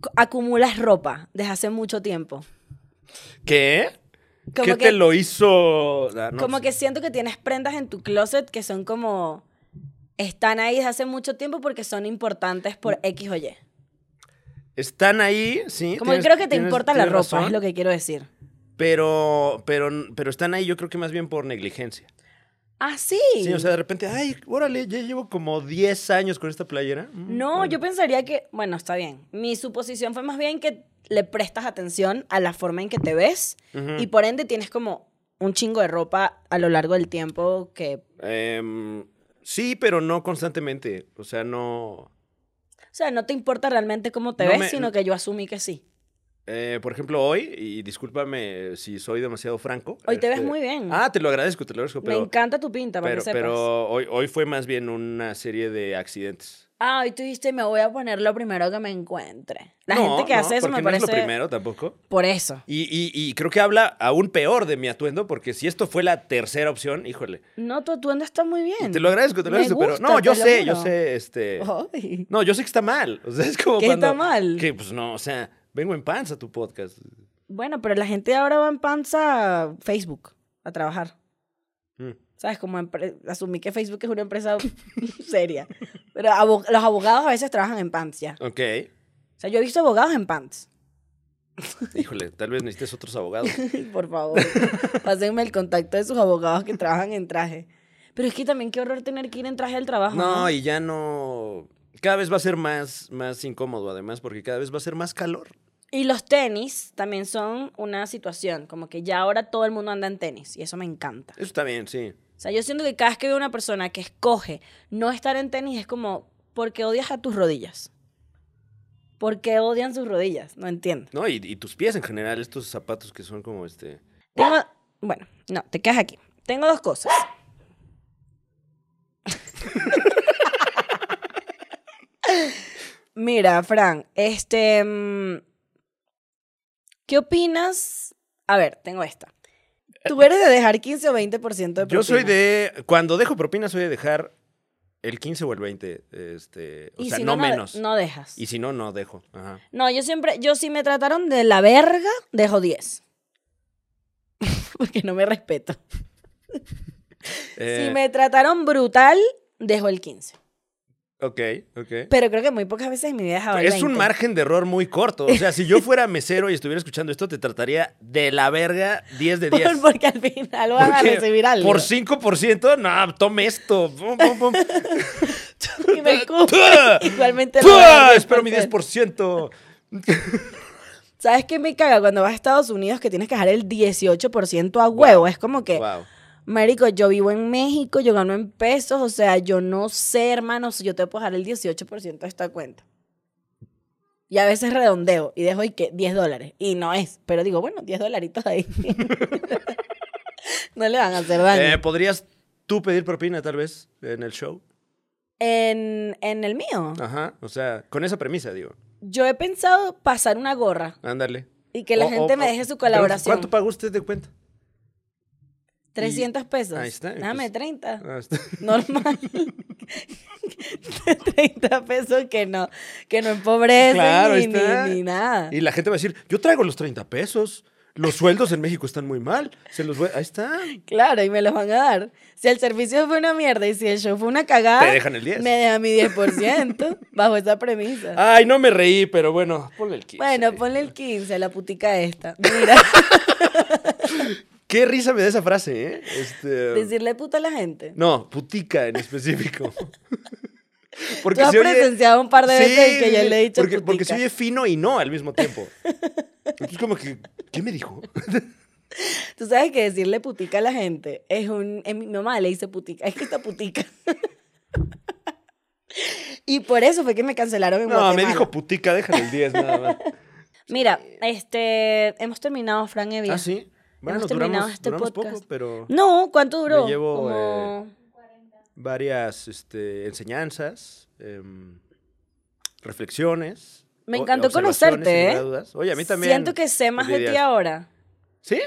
Speaker 2: cu- acumulas ropa desde hace mucho tiempo.
Speaker 1: ¿Qué?
Speaker 2: Como
Speaker 1: ¿Qué
Speaker 2: que-
Speaker 1: te lo hizo? Ah, no,
Speaker 2: como
Speaker 1: sí.
Speaker 2: que siento que tienes prendas en tu closet que son como... Están ahí desde hace mucho tiempo porque son importantes por
Speaker 1: Mm.
Speaker 2: X o Y.
Speaker 1: Están ahí, sí.
Speaker 2: Como
Speaker 1: tienes-
Speaker 2: que creo que te
Speaker 1: tienes-
Speaker 2: importa la
Speaker 1: tienes
Speaker 2: ropa,
Speaker 1: razón,
Speaker 2: es lo que quiero decir.
Speaker 1: Pero, pero, pero están ahí yo creo que más bien por negligencia.
Speaker 2: Ah, sí.
Speaker 1: Sí, o sea, de repente, ay, órale, ya llevo como 10 años con esta playera. Mm,
Speaker 2: no,
Speaker 1: bueno.
Speaker 2: yo pensaría que, bueno, está bien. Mi suposición fue más bien que le prestas atención a la forma en que te ves
Speaker 1: Ujú.
Speaker 2: y por ende tienes como un chingo de ropa a lo largo del tiempo que...
Speaker 1: Em, sí, pero no constantemente. O sea, no.
Speaker 2: O sea, no te importa realmente cómo te
Speaker 1: No
Speaker 2: ves,
Speaker 1: me-
Speaker 2: sino que yo asumí que sí.
Speaker 1: Eh, por ejemplo, hoy, y discúlpame si soy demasiado franco.
Speaker 2: Hoy te ves muy bien.
Speaker 1: Ah, te lo agradezco, te lo agradezco. Pero,
Speaker 2: Me encanta tu pinta, para
Speaker 1: pero,
Speaker 2: que sepas.
Speaker 1: pero hoy, hoy fue más bien una serie de accidentes.
Speaker 2: Ah, hoy tú dijiste, me voy a poner lo primero que me encuentre. La
Speaker 1: No,
Speaker 2: gente que
Speaker 1: no,
Speaker 2: hace eso
Speaker 1: porque
Speaker 2: me
Speaker 1: no
Speaker 2: parece...
Speaker 1: es lo primero tampoco.
Speaker 2: Por eso.
Speaker 1: Y, y- y creo que habla aún peor de mi atuendo, porque si esto fue la tercera opción, híjole.
Speaker 2: No, tu atuendo está muy bien.
Speaker 1: Te lo agradezco, te lo
Speaker 2: Me
Speaker 1: agradezco,
Speaker 2: gusta,
Speaker 1: pero no,
Speaker 2: te
Speaker 1: yo
Speaker 2: lo
Speaker 1: sé, yo
Speaker 2: juro.
Speaker 1: sé, este.
Speaker 2: Ay.
Speaker 1: No, yo sé que está mal. O sea, es como
Speaker 2: ¿Qué
Speaker 1: cuando-
Speaker 2: está mal?
Speaker 1: Que pues no, o sea, vengo en panza a tu podcast.
Speaker 2: Bueno, pero la gente ahora va en panza a Facebook a trabajar.
Speaker 1: Mm.
Speaker 2: ¿Sabes? Como empre- asumí que Facebook es una empresa seria. Pero abo- los abogados a veces trabajan en pants ya.
Speaker 1: Ok.
Speaker 2: O sea, yo he visto abogados en pants.
Speaker 1: Híjole, tal vez necesites otros abogados.
Speaker 2: Por favor, pásenme el contacto de sus abogados que trabajan en traje. Pero es que también qué horror tener que ir en traje al trabajo.
Speaker 1: No, y ya no. Cada vez va a ser más, más incómodo, además, porque cada vez va a ser más calor.
Speaker 2: Y los tenis también son una situación, como que ya ahora todo el mundo anda en tenis y eso me encanta.
Speaker 1: Eso está bien, sí.
Speaker 2: O sea, yo siento que cada vez que veo una persona que escoge no estar en tenis es como, porque odias a tus rodillas. Porque odian sus rodillas, no entiendo.
Speaker 1: No, y, y tus pies en general, estos zapatos que son como este.
Speaker 2: Tengo, bueno, no, te quedas aquí. Tengo dos cosas. Mira, Fran, este, mm, ¿qué opinas? A ver, tengo esta. Tú eres de dejar 15 o 20% de propina.
Speaker 1: Eh, Yo soy de. Cuando dejo propina, soy de dejar el 15 o el 20. Este, o
Speaker 2: Y
Speaker 1: sea,
Speaker 2: si
Speaker 1: no,
Speaker 2: de-
Speaker 1: menos.
Speaker 2: No dejas.
Speaker 1: Y si no, no dejo. Ajá.
Speaker 2: No, yo siempre, yo si me trataron de la verga, dejo 10. Porque no me respeto.
Speaker 1: Eh,
Speaker 2: Si me trataron brutal, dejo el 15.
Speaker 1: Ok, ok.
Speaker 2: Pero creo que muy pocas veces en mi vida he dejado el
Speaker 1: Es un
Speaker 2: 20.
Speaker 1: margen de error muy corto. O sea, si yo fuera mesero y estuviera escuchando esto, te trataría de la verga 10 de 10.
Speaker 2: Por- Porque al final van a
Speaker 1: Porque
Speaker 2: recibir algo.
Speaker 1: Por 5%, no, tome esto. Pum, pum, pum.
Speaker 2: Y me escupen. Igualmente lo
Speaker 1: ¡Pua!
Speaker 2: van a
Speaker 1: Espero mi
Speaker 2: responder.
Speaker 1: 10%.
Speaker 2: ¿Sabes qué me caga cuando vas a Estados Unidos que tienes que dejar el 18% a huevo? Es como que,
Speaker 1: Wow.
Speaker 2: marico, yo vivo en México, yo gano en pesos, o sea, yo no sé, hermanos, yo te puedo dejar el 18% de esta cuenta. Y a veces redondeo y dejo y que 10 dólares. Y no es, pero digo, bueno, 10 dolaritos ahí. no le van a hacer daño.
Speaker 1: Eh, ¿Podrías tú pedir propina, tal vez, en el show?
Speaker 2: en, en el mío,
Speaker 1: Ajá. O sea, con esa premisa, digo.
Speaker 2: yo he pensado pasar una gorra
Speaker 1: Ándale.
Speaker 2: y que la
Speaker 1: O-
Speaker 2: gente
Speaker 1: o-
Speaker 2: me
Speaker 1: o-
Speaker 2: deje su
Speaker 1: Oh, pero
Speaker 2: colaboración.
Speaker 1: ¿Cuánto pagó usted de cuenta?
Speaker 2: 300 pesos.
Speaker 1: Ahí está,
Speaker 2: Dame
Speaker 1: entonces-
Speaker 2: 30.
Speaker 1: Ah, está.
Speaker 2: normal. 30 pesos que no, que no empobrecen
Speaker 1: Claro, ahí
Speaker 2: ni, ni-
Speaker 1: está.
Speaker 2: ni nada.
Speaker 1: Y la gente va a decir, yo traigo los 30 pesos. Los sueldos en México están muy mal. Se los voy- Ahí está.
Speaker 2: Claro, y me los van a dar. Si el servicio fue una mierda y si el show fue una cagada,
Speaker 1: Te dejan el 10.
Speaker 2: me dejan mi 10% bajo esa premisa.
Speaker 1: Ay, no me reí, pero bueno, ponle el 15.
Speaker 2: bueno, ponle el 15 a la putica esta. Mira,
Speaker 1: Qué risa me da esa frase, ¿eh? Este,
Speaker 2: decirle puta a la gente.
Speaker 1: No, putica en específico.
Speaker 2: Tú has
Speaker 1: se oye-
Speaker 2: presenciado un par de veces que yo le he dicho
Speaker 1: porque, porque se
Speaker 2: putica.
Speaker 1: oye fino y no al mismo tiempo. Entonces como que, ¿qué me dijo?
Speaker 2: Tú sabes que decirle putica a la gente es un. en mi mamá le dice putica. Es que está putica. y por eso fue que me cancelaron en
Speaker 1: No, me
Speaker 2: Guatemala.
Speaker 1: dijo putica, déjale el 10 nada más.
Speaker 2: Mira, este. Hemos terminado, Fran Evia.
Speaker 1: ¿Ah, sí? Bueno,
Speaker 2: Hemos terminado
Speaker 1: duramos,
Speaker 2: este
Speaker 1: duramos
Speaker 2: podcast.
Speaker 1: poco, pero
Speaker 2: No, ¿cuánto duró?
Speaker 1: Me llevo, eh,
Speaker 2: Como-
Speaker 1: varias este, enseñanzas, em, reflexiones.
Speaker 2: Me
Speaker 1: o-
Speaker 2: encantó
Speaker 1: observaciones,
Speaker 2: conocerte,
Speaker 1: sin lugar
Speaker 2: ¿eh?
Speaker 1: a dudas. Oye, a mí también.
Speaker 2: Siento que sé más de ti
Speaker 1: envidias.
Speaker 2: ahora.
Speaker 1: ¿Sí?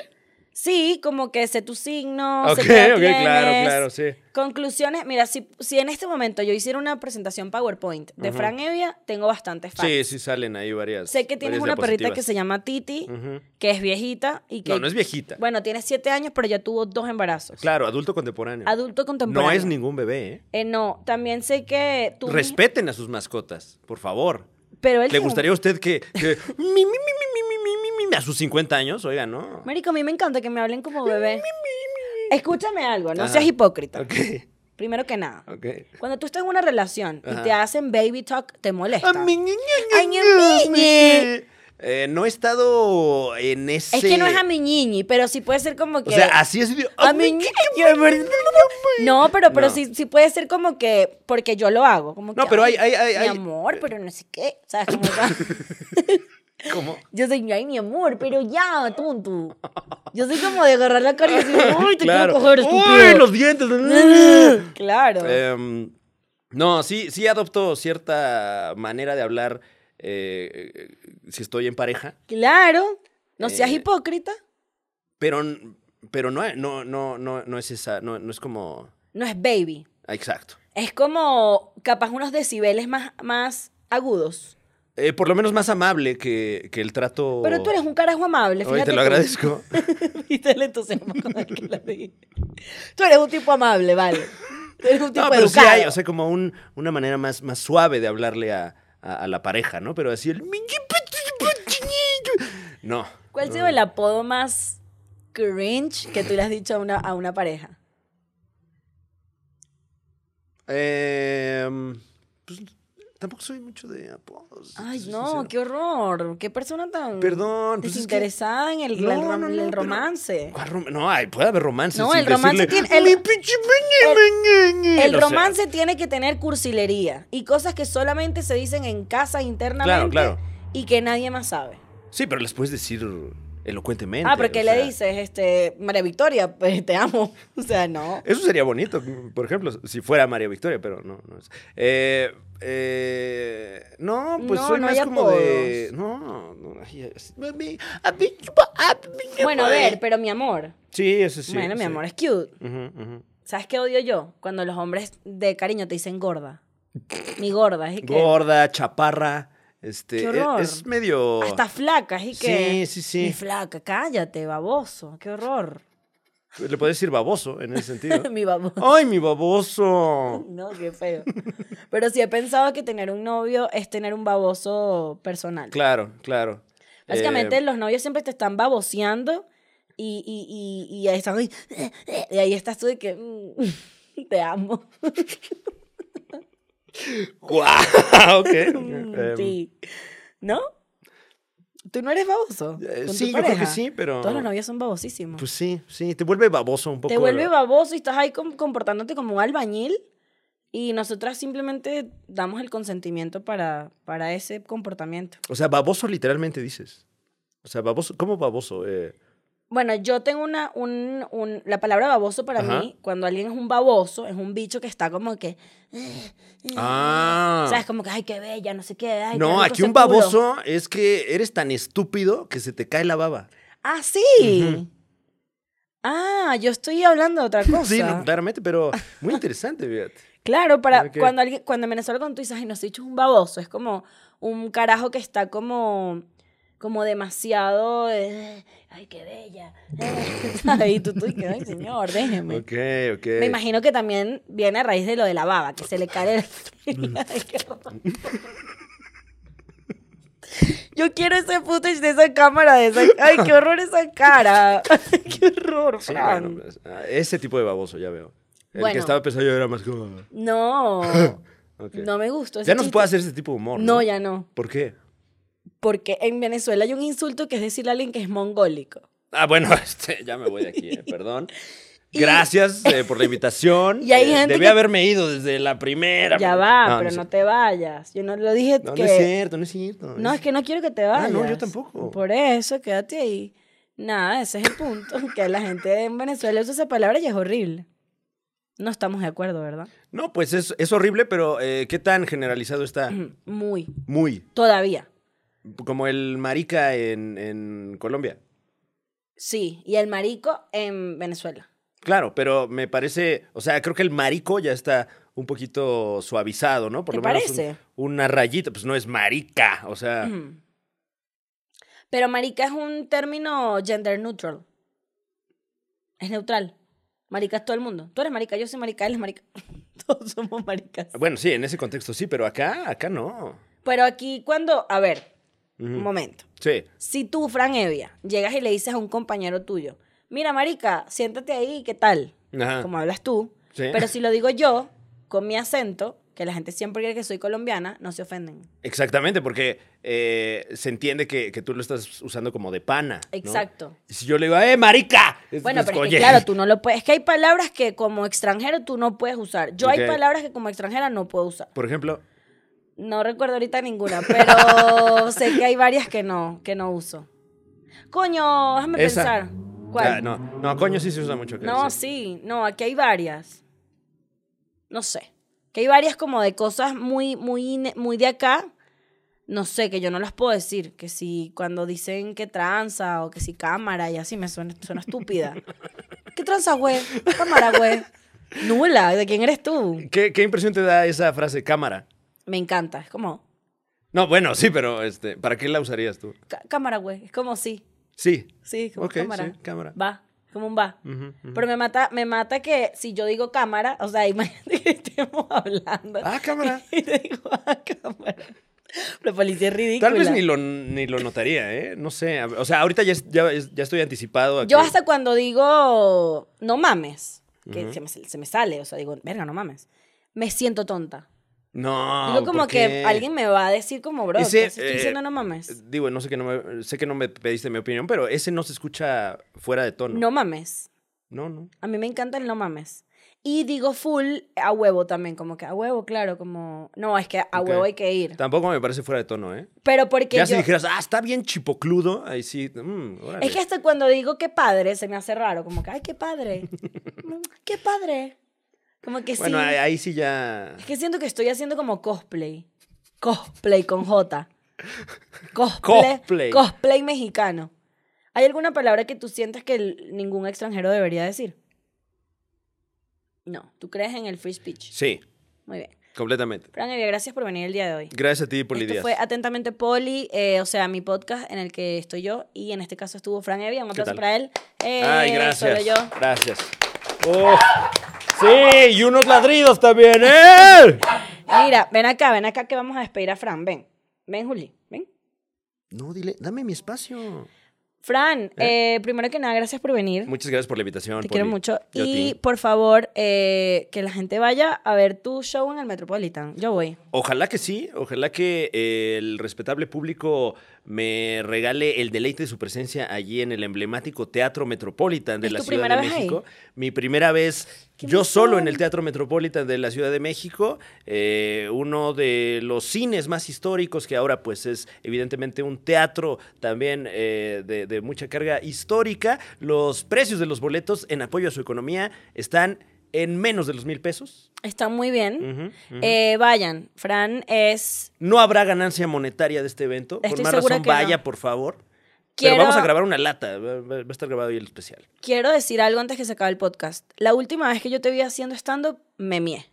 Speaker 2: Sí, como que sé tu signo.
Speaker 1: ok,
Speaker 2: sé
Speaker 1: ok,
Speaker 2: qué edad
Speaker 1: claro,
Speaker 2: tienes.
Speaker 1: claro, sí.
Speaker 2: Conclusiones. Mira, si, si en este momento yo hiciera una presentación PowerPoint de
Speaker 1: Ujú.
Speaker 2: Fran Evia, tengo bastantes fans.
Speaker 1: Sí, sí salen ahí varias.
Speaker 2: Sé que tienes una perrita que se llama Titi,
Speaker 1: Ujú.
Speaker 2: que es viejita y que...
Speaker 1: No, no es viejita.
Speaker 2: Bueno, tiene siete años, pero ya tuvo dos embarazos.
Speaker 1: Claro, adulto contemporáneo.
Speaker 2: Adulto contemporáneo.
Speaker 1: No es ningún bebé, ¿eh?
Speaker 2: Eh, no, también sé que tú...
Speaker 1: Respeten a sus mascotas, por favor.
Speaker 2: Pero él
Speaker 1: ¿Le
Speaker 2: tiene-
Speaker 1: gustaría a usted que, que mi, mi, mi, mi, mi, mi, mi, mi, a sus 50 años? Oiga, no.
Speaker 2: Marico, a mí me encanta que me hablen como bebé. Escúchame algo, no
Speaker 1: Ajá.
Speaker 2: seas hipócrita.
Speaker 1: Ok,
Speaker 2: Primero que nada.
Speaker 1: ok.
Speaker 2: Cuando tú estás en una relación y
Speaker 1: Ajá.
Speaker 2: te hacen baby talk, te molesta.
Speaker 1: A mi, ñe, ñe, ñe,
Speaker 2: Ay, ñe,
Speaker 1: ñe,
Speaker 2: ñe.
Speaker 1: ñe. Eh, no he estado en ese...
Speaker 2: Es que no es a mi ñiñi, pero sí puede ser como que...
Speaker 1: O sea, así es... de-
Speaker 2: A
Speaker 1: "A mi
Speaker 2: mi
Speaker 1: ñe,
Speaker 2: ñe,
Speaker 1: ñe, ñe, ñe".
Speaker 2: No, pero, pero
Speaker 1: No.
Speaker 2: sí, sí puede ser como que, porque yo lo hago. Como
Speaker 1: No,
Speaker 2: que,
Speaker 1: pero
Speaker 2: ay,
Speaker 1: hay- hay- hay-
Speaker 2: Mi
Speaker 1: hay-
Speaker 2: amor, pero no sé qué. ¿Sabes cómo está?
Speaker 1: ¿Cómo?
Speaker 2: Yo soy, ay, mi amor, pero ya, tonto. Yo soy como de agarrar la cara y decir, ay, te
Speaker 1: Claro.
Speaker 2: quiero coger,
Speaker 1: ¡Uy,
Speaker 2: estúpido.
Speaker 1: los dientes!
Speaker 2: claro.
Speaker 1: Em, no, sí, sí adopto cierta manera de hablar eh, eh, si estoy en pareja,
Speaker 2: claro. No seas
Speaker 1: eh,
Speaker 2: hipócrita.
Speaker 1: pero, n- pero no, no, no, no, no es esa, no, no es como.
Speaker 2: No es baby.
Speaker 1: ah, Exacto.
Speaker 2: Es como capaz unos decibeles más, más agudos.
Speaker 1: Eh, por lo menos más amable que, que el trato.
Speaker 2: Pero tú eres un carajo amable,
Speaker 1: Oh. Oye,
Speaker 2: fíjate.
Speaker 1: te lo
Speaker 2: tú.
Speaker 1: agradezco.
Speaker 2: Viste el entusiasmo con el que la dije. Tú eres un tipo amable, vale. Tú eres un tipo
Speaker 1: No, pero sí
Speaker 2: educado.
Speaker 1: hay, o sea, como un, una manera más, más suave de hablarle a, a- a la pareja, ¿no? Pero así el. No.
Speaker 2: ¿Cuál ha
Speaker 1: no.
Speaker 2: sido el apodo más cringe que tú le has dicho a una, a una pareja?
Speaker 1: Em, pues, Tampoco soy mucho de apodos. si te
Speaker 2: Ay,
Speaker 1: soy
Speaker 2: no,
Speaker 1: sincero.
Speaker 2: qué horror. Qué persona tan
Speaker 1: Perdón, pues es que-
Speaker 2: desinteresada en el,
Speaker 1: No,
Speaker 2: el rom-
Speaker 1: no, no,
Speaker 2: el
Speaker 1: pero-
Speaker 2: romance.
Speaker 1: ¿Cuál rom- No, ay, puede haber romance.
Speaker 2: No,
Speaker 1: sin
Speaker 2: el romance
Speaker 1: decirle,
Speaker 2: tiene- el-
Speaker 1: "Mi pinche meñe, meñe".
Speaker 2: El
Speaker 1: O sea,
Speaker 2: romance tiene que tener cursilería y cosas que solamente se dicen en casa internamente
Speaker 1: claro.
Speaker 2: y que nadie más sabe.
Speaker 1: Sí, pero les puedes decir elocuentemente.
Speaker 2: Ah, pero
Speaker 1: o
Speaker 2: ¿qué
Speaker 1: sea,
Speaker 2: le dices? Este, María Victoria, pues, te amo. O sea, no.
Speaker 1: Eso sería bonito, por ejemplo, si fuera María Victoria, pero no, no es. Eh, eh, no, pues
Speaker 2: No,
Speaker 1: soy
Speaker 2: no
Speaker 1: más
Speaker 2: hay
Speaker 1: como de. No, no. ay, es- mami, a mí, chupa, a mí,
Speaker 2: Bueno, a
Speaker 1: chupa.
Speaker 2: ver, pero mi amor.
Speaker 1: Sí, eso sí.
Speaker 2: bueno, mi
Speaker 1: sí.
Speaker 2: amor, es cute.
Speaker 1: Ujú, ujú.
Speaker 2: ¿Sabes qué odio yo? Cuando los hombres de cariño te dicen gorda. Mi gorda, es que
Speaker 1: Gorda, chaparra. Este,
Speaker 2: Qué
Speaker 1: es-
Speaker 2: horror.
Speaker 1: es, medio.
Speaker 2: hasta flaca, es
Speaker 1: Sí,
Speaker 2: que
Speaker 1: sí, sí.
Speaker 2: Mi flaca, cállate, baboso, qué horror.
Speaker 1: Le puedes decir baboso en ese sentido.
Speaker 2: mi baboso.
Speaker 1: ¡Ay, mi baboso!
Speaker 2: No, qué feo. Pero sí he pensado que tener un novio es tener un baboso personal.
Speaker 1: Claro, claro.
Speaker 2: Básicamente
Speaker 1: Eh,
Speaker 2: los novios siempre te están baboseando y, y, y, y ahí están, eh", y ahí estás tú de que mm, te amo.
Speaker 1: ¡guau! Ok, ok,
Speaker 2: Mm,
Speaker 1: em,
Speaker 2: sí. ¿No? ¿Tú no eres baboso?
Speaker 1: Eh,
Speaker 2: con
Speaker 1: sí,
Speaker 2: tu
Speaker 1: yo creo que
Speaker 2: pareja?
Speaker 1: sí, pero-
Speaker 2: Todos los novios son babosísimos.
Speaker 1: Pues sí, sí, te vuelve baboso un poco.
Speaker 2: Te vuelve
Speaker 1: ¿verdad?
Speaker 2: baboso y estás ahí com- comportándote como un albañil y nosotras simplemente damos el consentimiento para, para ese comportamiento.
Speaker 1: O sea, baboso literalmente dices. O sea, baboso, ¿cómo baboso? Eh,
Speaker 2: Bueno, yo tengo una, un, un- la palabra baboso para
Speaker 1: Ajá.
Speaker 2: mí, cuando alguien es un baboso, es un bicho que está como que,
Speaker 1: ah.
Speaker 2: ¿sabes? Como que, ay, qué bella, no sé qué. ay, qué
Speaker 1: no,
Speaker 2: rico
Speaker 1: aquí
Speaker 2: ese
Speaker 1: un
Speaker 2: culo".
Speaker 1: baboso es que eres tan estúpido que se te cae la baba.
Speaker 2: Ah, sí.
Speaker 1: Ujú.
Speaker 2: Ah, yo estoy hablando de otra cosa.
Speaker 1: Sí, no, claramente, pero muy interesante, fíjate.
Speaker 2: Claro, para
Speaker 1: Ok.
Speaker 2: cuando alguien, cuando en Venezuela cuando tú dices, ay, no sé, es un baboso, es como un carajo que está como, como demasiado, eh, ay, qué bella. eh, y tú, tú, que, ay, señor, déjeme.
Speaker 1: Ok, ok.
Speaker 2: Me imagino que también viene a raíz de lo de la baba, que se le cae el... Ay, qué horror. Yo quiero ese footage de esa cámara, de esa... Ay, qué horror esa cara. qué horror,
Speaker 1: Sí,
Speaker 2: Fran.
Speaker 1: bueno, pues, ah, ese tipo de baboso, ya veo. El
Speaker 2: Bueno.
Speaker 1: que estaba pensando yo era más como.
Speaker 2: No,
Speaker 1: Ok.
Speaker 2: no me gustó. ese
Speaker 1: ya no se
Speaker 2: chiste.
Speaker 1: puede hacer ese tipo de humor.
Speaker 2: No, ya no.
Speaker 1: ¿Por qué?
Speaker 2: Porque en Venezuela hay un insulto que es decirle a alguien que es mongólico.
Speaker 1: Ah, bueno, este, ya me voy de aquí, eh, perdón.
Speaker 2: Y-
Speaker 1: Gracias eh, por la invitación.
Speaker 2: Y hay
Speaker 1: Eh,
Speaker 2: gente
Speaker 1: debí
Speaker 2: que-
Speaker 1: haberme ido desde la primera.
Speaker 2: Ya va,
Speaker 1: Ah,
Speaker 2: pero
Speaker 1: es
Speaker 2: no te vayas. Yo no lo dije
Speaker 1: No,
Speaker 2: que...
Speaker 1: no es cierto, no es cierto.
Speaker 2: No, es que no quiero que te vayas.
Speaker 1: Ah, no, yo tampoco.
Speaker 2: Por eso, quédate ahí. Nada, ese es el punto. Que la gente en Venezuela usa esa palabra y es horrible. No estamos de acuerdo, ¿verdad?
Speaker 1: No, pues es, es horrible, pero eh, ¿qué tan generalizado está?
Speaker 2: Muy.
Speaker 1: Muy.
Speaker 2: Todavía.
Speaker 1: Como el marica en, en Colombia.
Speaker 2: Sí. Y el marico en Venezuela.
Speaker 1: Claro, pero me parece, o sea, creo que el marico ya está un poquito suavizado, ¿no?
Speaker 2: ¿Te
Speaker 1: menos un- Ah.
Speaker 2: parece?
Speaker 1: una rayita, pues no es marica, o sea,
Speaker 2: Ujú. Pero marica es un término gender neutral. Es neutral. Marica es todo el mundo. Tú eres marica, yo soy marica, él es marica. Todos somos maricas.
Speaker 1: bueno, sí, en ese contexto sí, pero acá, acá no.
Speaker 2: Pero aquí cuando... A ver,
Speaker 1: Ujú.
Speaker 2: un momento.
Speaker 1: Sí.
Speaker 2: Si tú, Fran Evia, llegas y le dices a un compañero tuyo, mira, marica, siéntate ahí, ¿qué tal?
Speaker 1: Ajá.
Speaker 2: Como hablas tú.
Speaker 1: Ah. Sí.
Speaker 2: Pero si lo digo yo, con mi acento, que la gente siempre cree que soy colombiana, no se ofenden.
Speaker 1: Exactamente, porque eh, se entiende que, que tú lo estás usando como de pana. ¿no?
Speaker 2: Exacto.
Speaker 1: Y Si yo le digo, ¡eh, marica! es-
Speaker 2: Bueno,
Speaker 1: es,
Speaker 2: pero es que,
Speaker 1: oye.
Speaker 2: claro, tú no lo puedes. Es que hay palabras que como extranjero tú no puedes usar. Yo hay
Speaker 1: Ok.
Speaker 2: palabras que como extranjera no puedo usar.
Speaker 1: Por ejemplo,
Speaker 2: No recuerdo ahorita ninguna, pero sé que hay varias que no, que no uso. Coño, déjame
Speaker 1: Esa.
Speaker 2: pensar. ¿Cuál?
Speaker 1: Ah, no, no, coño sí se usa mucho. acá,
Speaker 2: No,
Speaker 1: sí.
Speaker 2: sí, no, aquí hay varias. No sé. Que hay varias como de cosas muy, muy, ne- muy de acá. No sé, que yo no las puedo decir. Que si cuando dicen que tranza o que si cámara y así me suena, suena estúpida. ¿Qué tranza, güey? Cámara, güey. Nula, ¿de quién eres tú?
Speaker 1: ¿Qué, qué impresión te da esa frase cámara?
Speaker 2: Me encanta, es como
Speaker 1: No, bueno, sí, pero este, ¿para qué la usarías tú?
Speaker 2: "Cá- cámara, güey. Es como sí,
Speaker 1: Sí.
Speaker 2: sí, es como
Speaker 1: Ok,
Speaker 2: cámara.
Speaker 1: sí, cámara. Mm.
Speaker 2: Va, es como un va.
Speaker 1: Ujú, ujú.
Speaker 2: Pero me mata, me mata que si yo digo cámara, o sea, imagínate que estemos hablando.
Speaker 1: Ah, cámara.
Speaker 2: Y te digo, ah, cámara. La policía es ridícula.
Speaker 1: Tal vez ni lo, ni lo notaría, ¿eh? No sé. a- O sea, ahorita ya, es- ya, es- ya estoy anticipado. a
Speaker 2: Yo
Speaker 1: que-
Speaker 2: hasta cuando digo, no mames, que se, me, se me sale, o sea, digo, verga, no mames, me siento tonta.
Speaker 1: No.
Speaker 2: Digo como
Speaker 1: Ah, ¿por
Speaker 2: que
Speaker 1: qué?
Speaker 2: alguien me va a decir como, bro,
Speaker 1: Ese,
Speaker 2: ¿qué estoy
Speaker 1: eh,
Speaker 2: diciendo no mames.
Speaker 1: Digo, no sé que no me, sé que no me pediste mi opinión, pero ese no se escucha fuera de tono.
Speaker 2: No mames.
Speaker 1: No, no.
Speaker 2: A mí me encanta el no mames. Y digo full a huevo también, como que a huevo, claro, como... No, es que a
Speaker 1: Ok.
Speaker 2: huevo hay que ir.
Speaker 1: Tampoco me parece fuera de tono, ¿eh?
Speaker 2: Pero porque
Speaker 1: Ya si
Speaker 2: yo...
Speaker 1: dijeras, ah, está bien chipocludo, ahí sí. mm, órale.
Speaker 2: Es que hasta cuando digo qué padre se me hace raro, como que, ay, qué padre. Mm, qué padre. Como que
Speaker 1: Bueno,
Speaker 2: sí.
Speaker 1: ahí, ahí sí ya.
Speaker 2: Es que siento que estoy haciendo como cosplay. Cosplay con J. Cosplay.
Speaker 1: Cosplay.
Speaker 2: Cosplay. mexicano. ¿Hay alguna palabra que tú sientas que el- ningún extranjero debería decir? No, tú crees en el free speech.
Speaker 1: Sí,
Speaker 2: Muy bien.
Speaker 1: completamente.
Speaker 2: Fran Evia, gracias por venir el día de hoy.
Speaker 1: Gracias a ti, Poli
Speaker 2: Esto
Speaker 1: Díaz.
Speaker 2: fue atentamente Poli, eh, o sea, mi podcast en el que estoy yo y en este caso estuvo Fran Evia. Un aplauso
Speaker 1: tal?
Speaker 2: para él. Eh,
Speaker 1: Ay, gracias.
Speaker 2: Solo yo.
Speaker 1: Gracias. Oh, Sí, y unos ladridos también, ¿eh?
Speaker 2: Mira, ven acá, ven acá que vamos a despedir a Fran. Ven, ven, Juli, ven.
Speaker 1: No, dile, dame mi espacio.
Speaker 2: Fran, eh, primero que nada, gracias por venir.
Speaker 1: Muchas gracias por la invitación.
Speaker 2: Te
Speaker 1: Poli.
Speaker 2: quiero mucho.
Speaker 1: Yo a
Speaker 2: Y
Speaker 1: ti.
Speaker 2: por favor, eh, que la gente vaya a ver tu show en el Metropolitan. Yo voy.
Speaker 1: Ojalá que sí, ojalá que eh, el respetable público me regale el deleite de su presencia allí en el emblemático Teatro Metropolitan de
Speaker 2: ¿Es
Speaker 1: la
Speaker 2: tu
Speaker 1: Ciudad
Speaker 2: primera
Speaker 1: de
Speaker 2: vez ahí?
Speaker 1: México. Mi primera vez
Speaker 2: ¡Qué
Speaker 1: yo solo en
Speaker 2: emoción!
Speaker 1: el Teatro Metropolitan de la Ciudad de México, eh, uno de los cines más históricos que ahora pues es evidentemente un teatro también eh, de, de mucha carga histórica. Los precios de los boletos en apoyo a su economía están en menos de los mil pesos.
Speaker 2: Está muy bien.
Speaker 1: Ujú, ujú.
Speaker 2: Eh, vayan. Fran es.
Speaker 1: No habrá ganancia monetaria de este evento. Por
Speaker 2: Estoy
Speaker 1: más
Speaker 2: segura
Speaker 1: razón,
Speaker 2: que no.
Speaker 1: vaya, por favor.
Speaker 2: Quiero-
Speaker 1: Pero vamos a grabar una lata. Va, va- va a estar grabado hoy el especial.
Speaker 2: Quiero decir algo antes que se acabe el podcast. La última vez que yo te vi haciendo stand-up, me mié.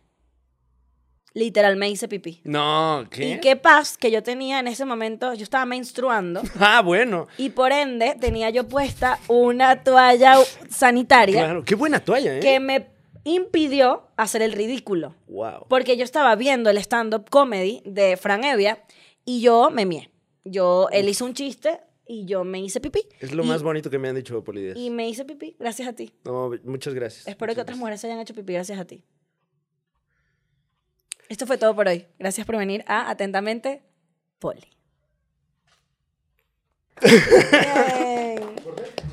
Speaker 2: Literal, me hice pipí.
Speaker 1: No, ¿qué?
Speaker 2: Y qué paz que yo tenía en ese momento. Yo estaba menstruando.
Speaker 1: Ah, bueno.
Speaker 2: Y por ende, tenía yo puesta una toalla sanitaria
Speaker 1: Claro. Qué buena toalla, ¿eh?
Speaker 2: que me impidió hacer el ridículo.
Speaker 1: Wow.
Speaker 2: Porque yo estaba viendo el stand-up comedy de Fran Evia y yo me mié. Yo, él hizo un chiste y yo me hice pipí.
Speaker 1: Es lo
Speaker 2: Y-
Speaker 1: más bonito que me han dicho, Polidez.
Speaker 2: Y me hice pipí gracias a ti.
Speaker 1: No, muchas gracias.
Speaker 2: Espero que
Speaker 1: Muchas gracias.
Speaker 2: otras mujeres se hayan hecho pipí gracias a ti. Esto fue todo por hoy. Gracias por venir a Atentamente, Poli. Bien.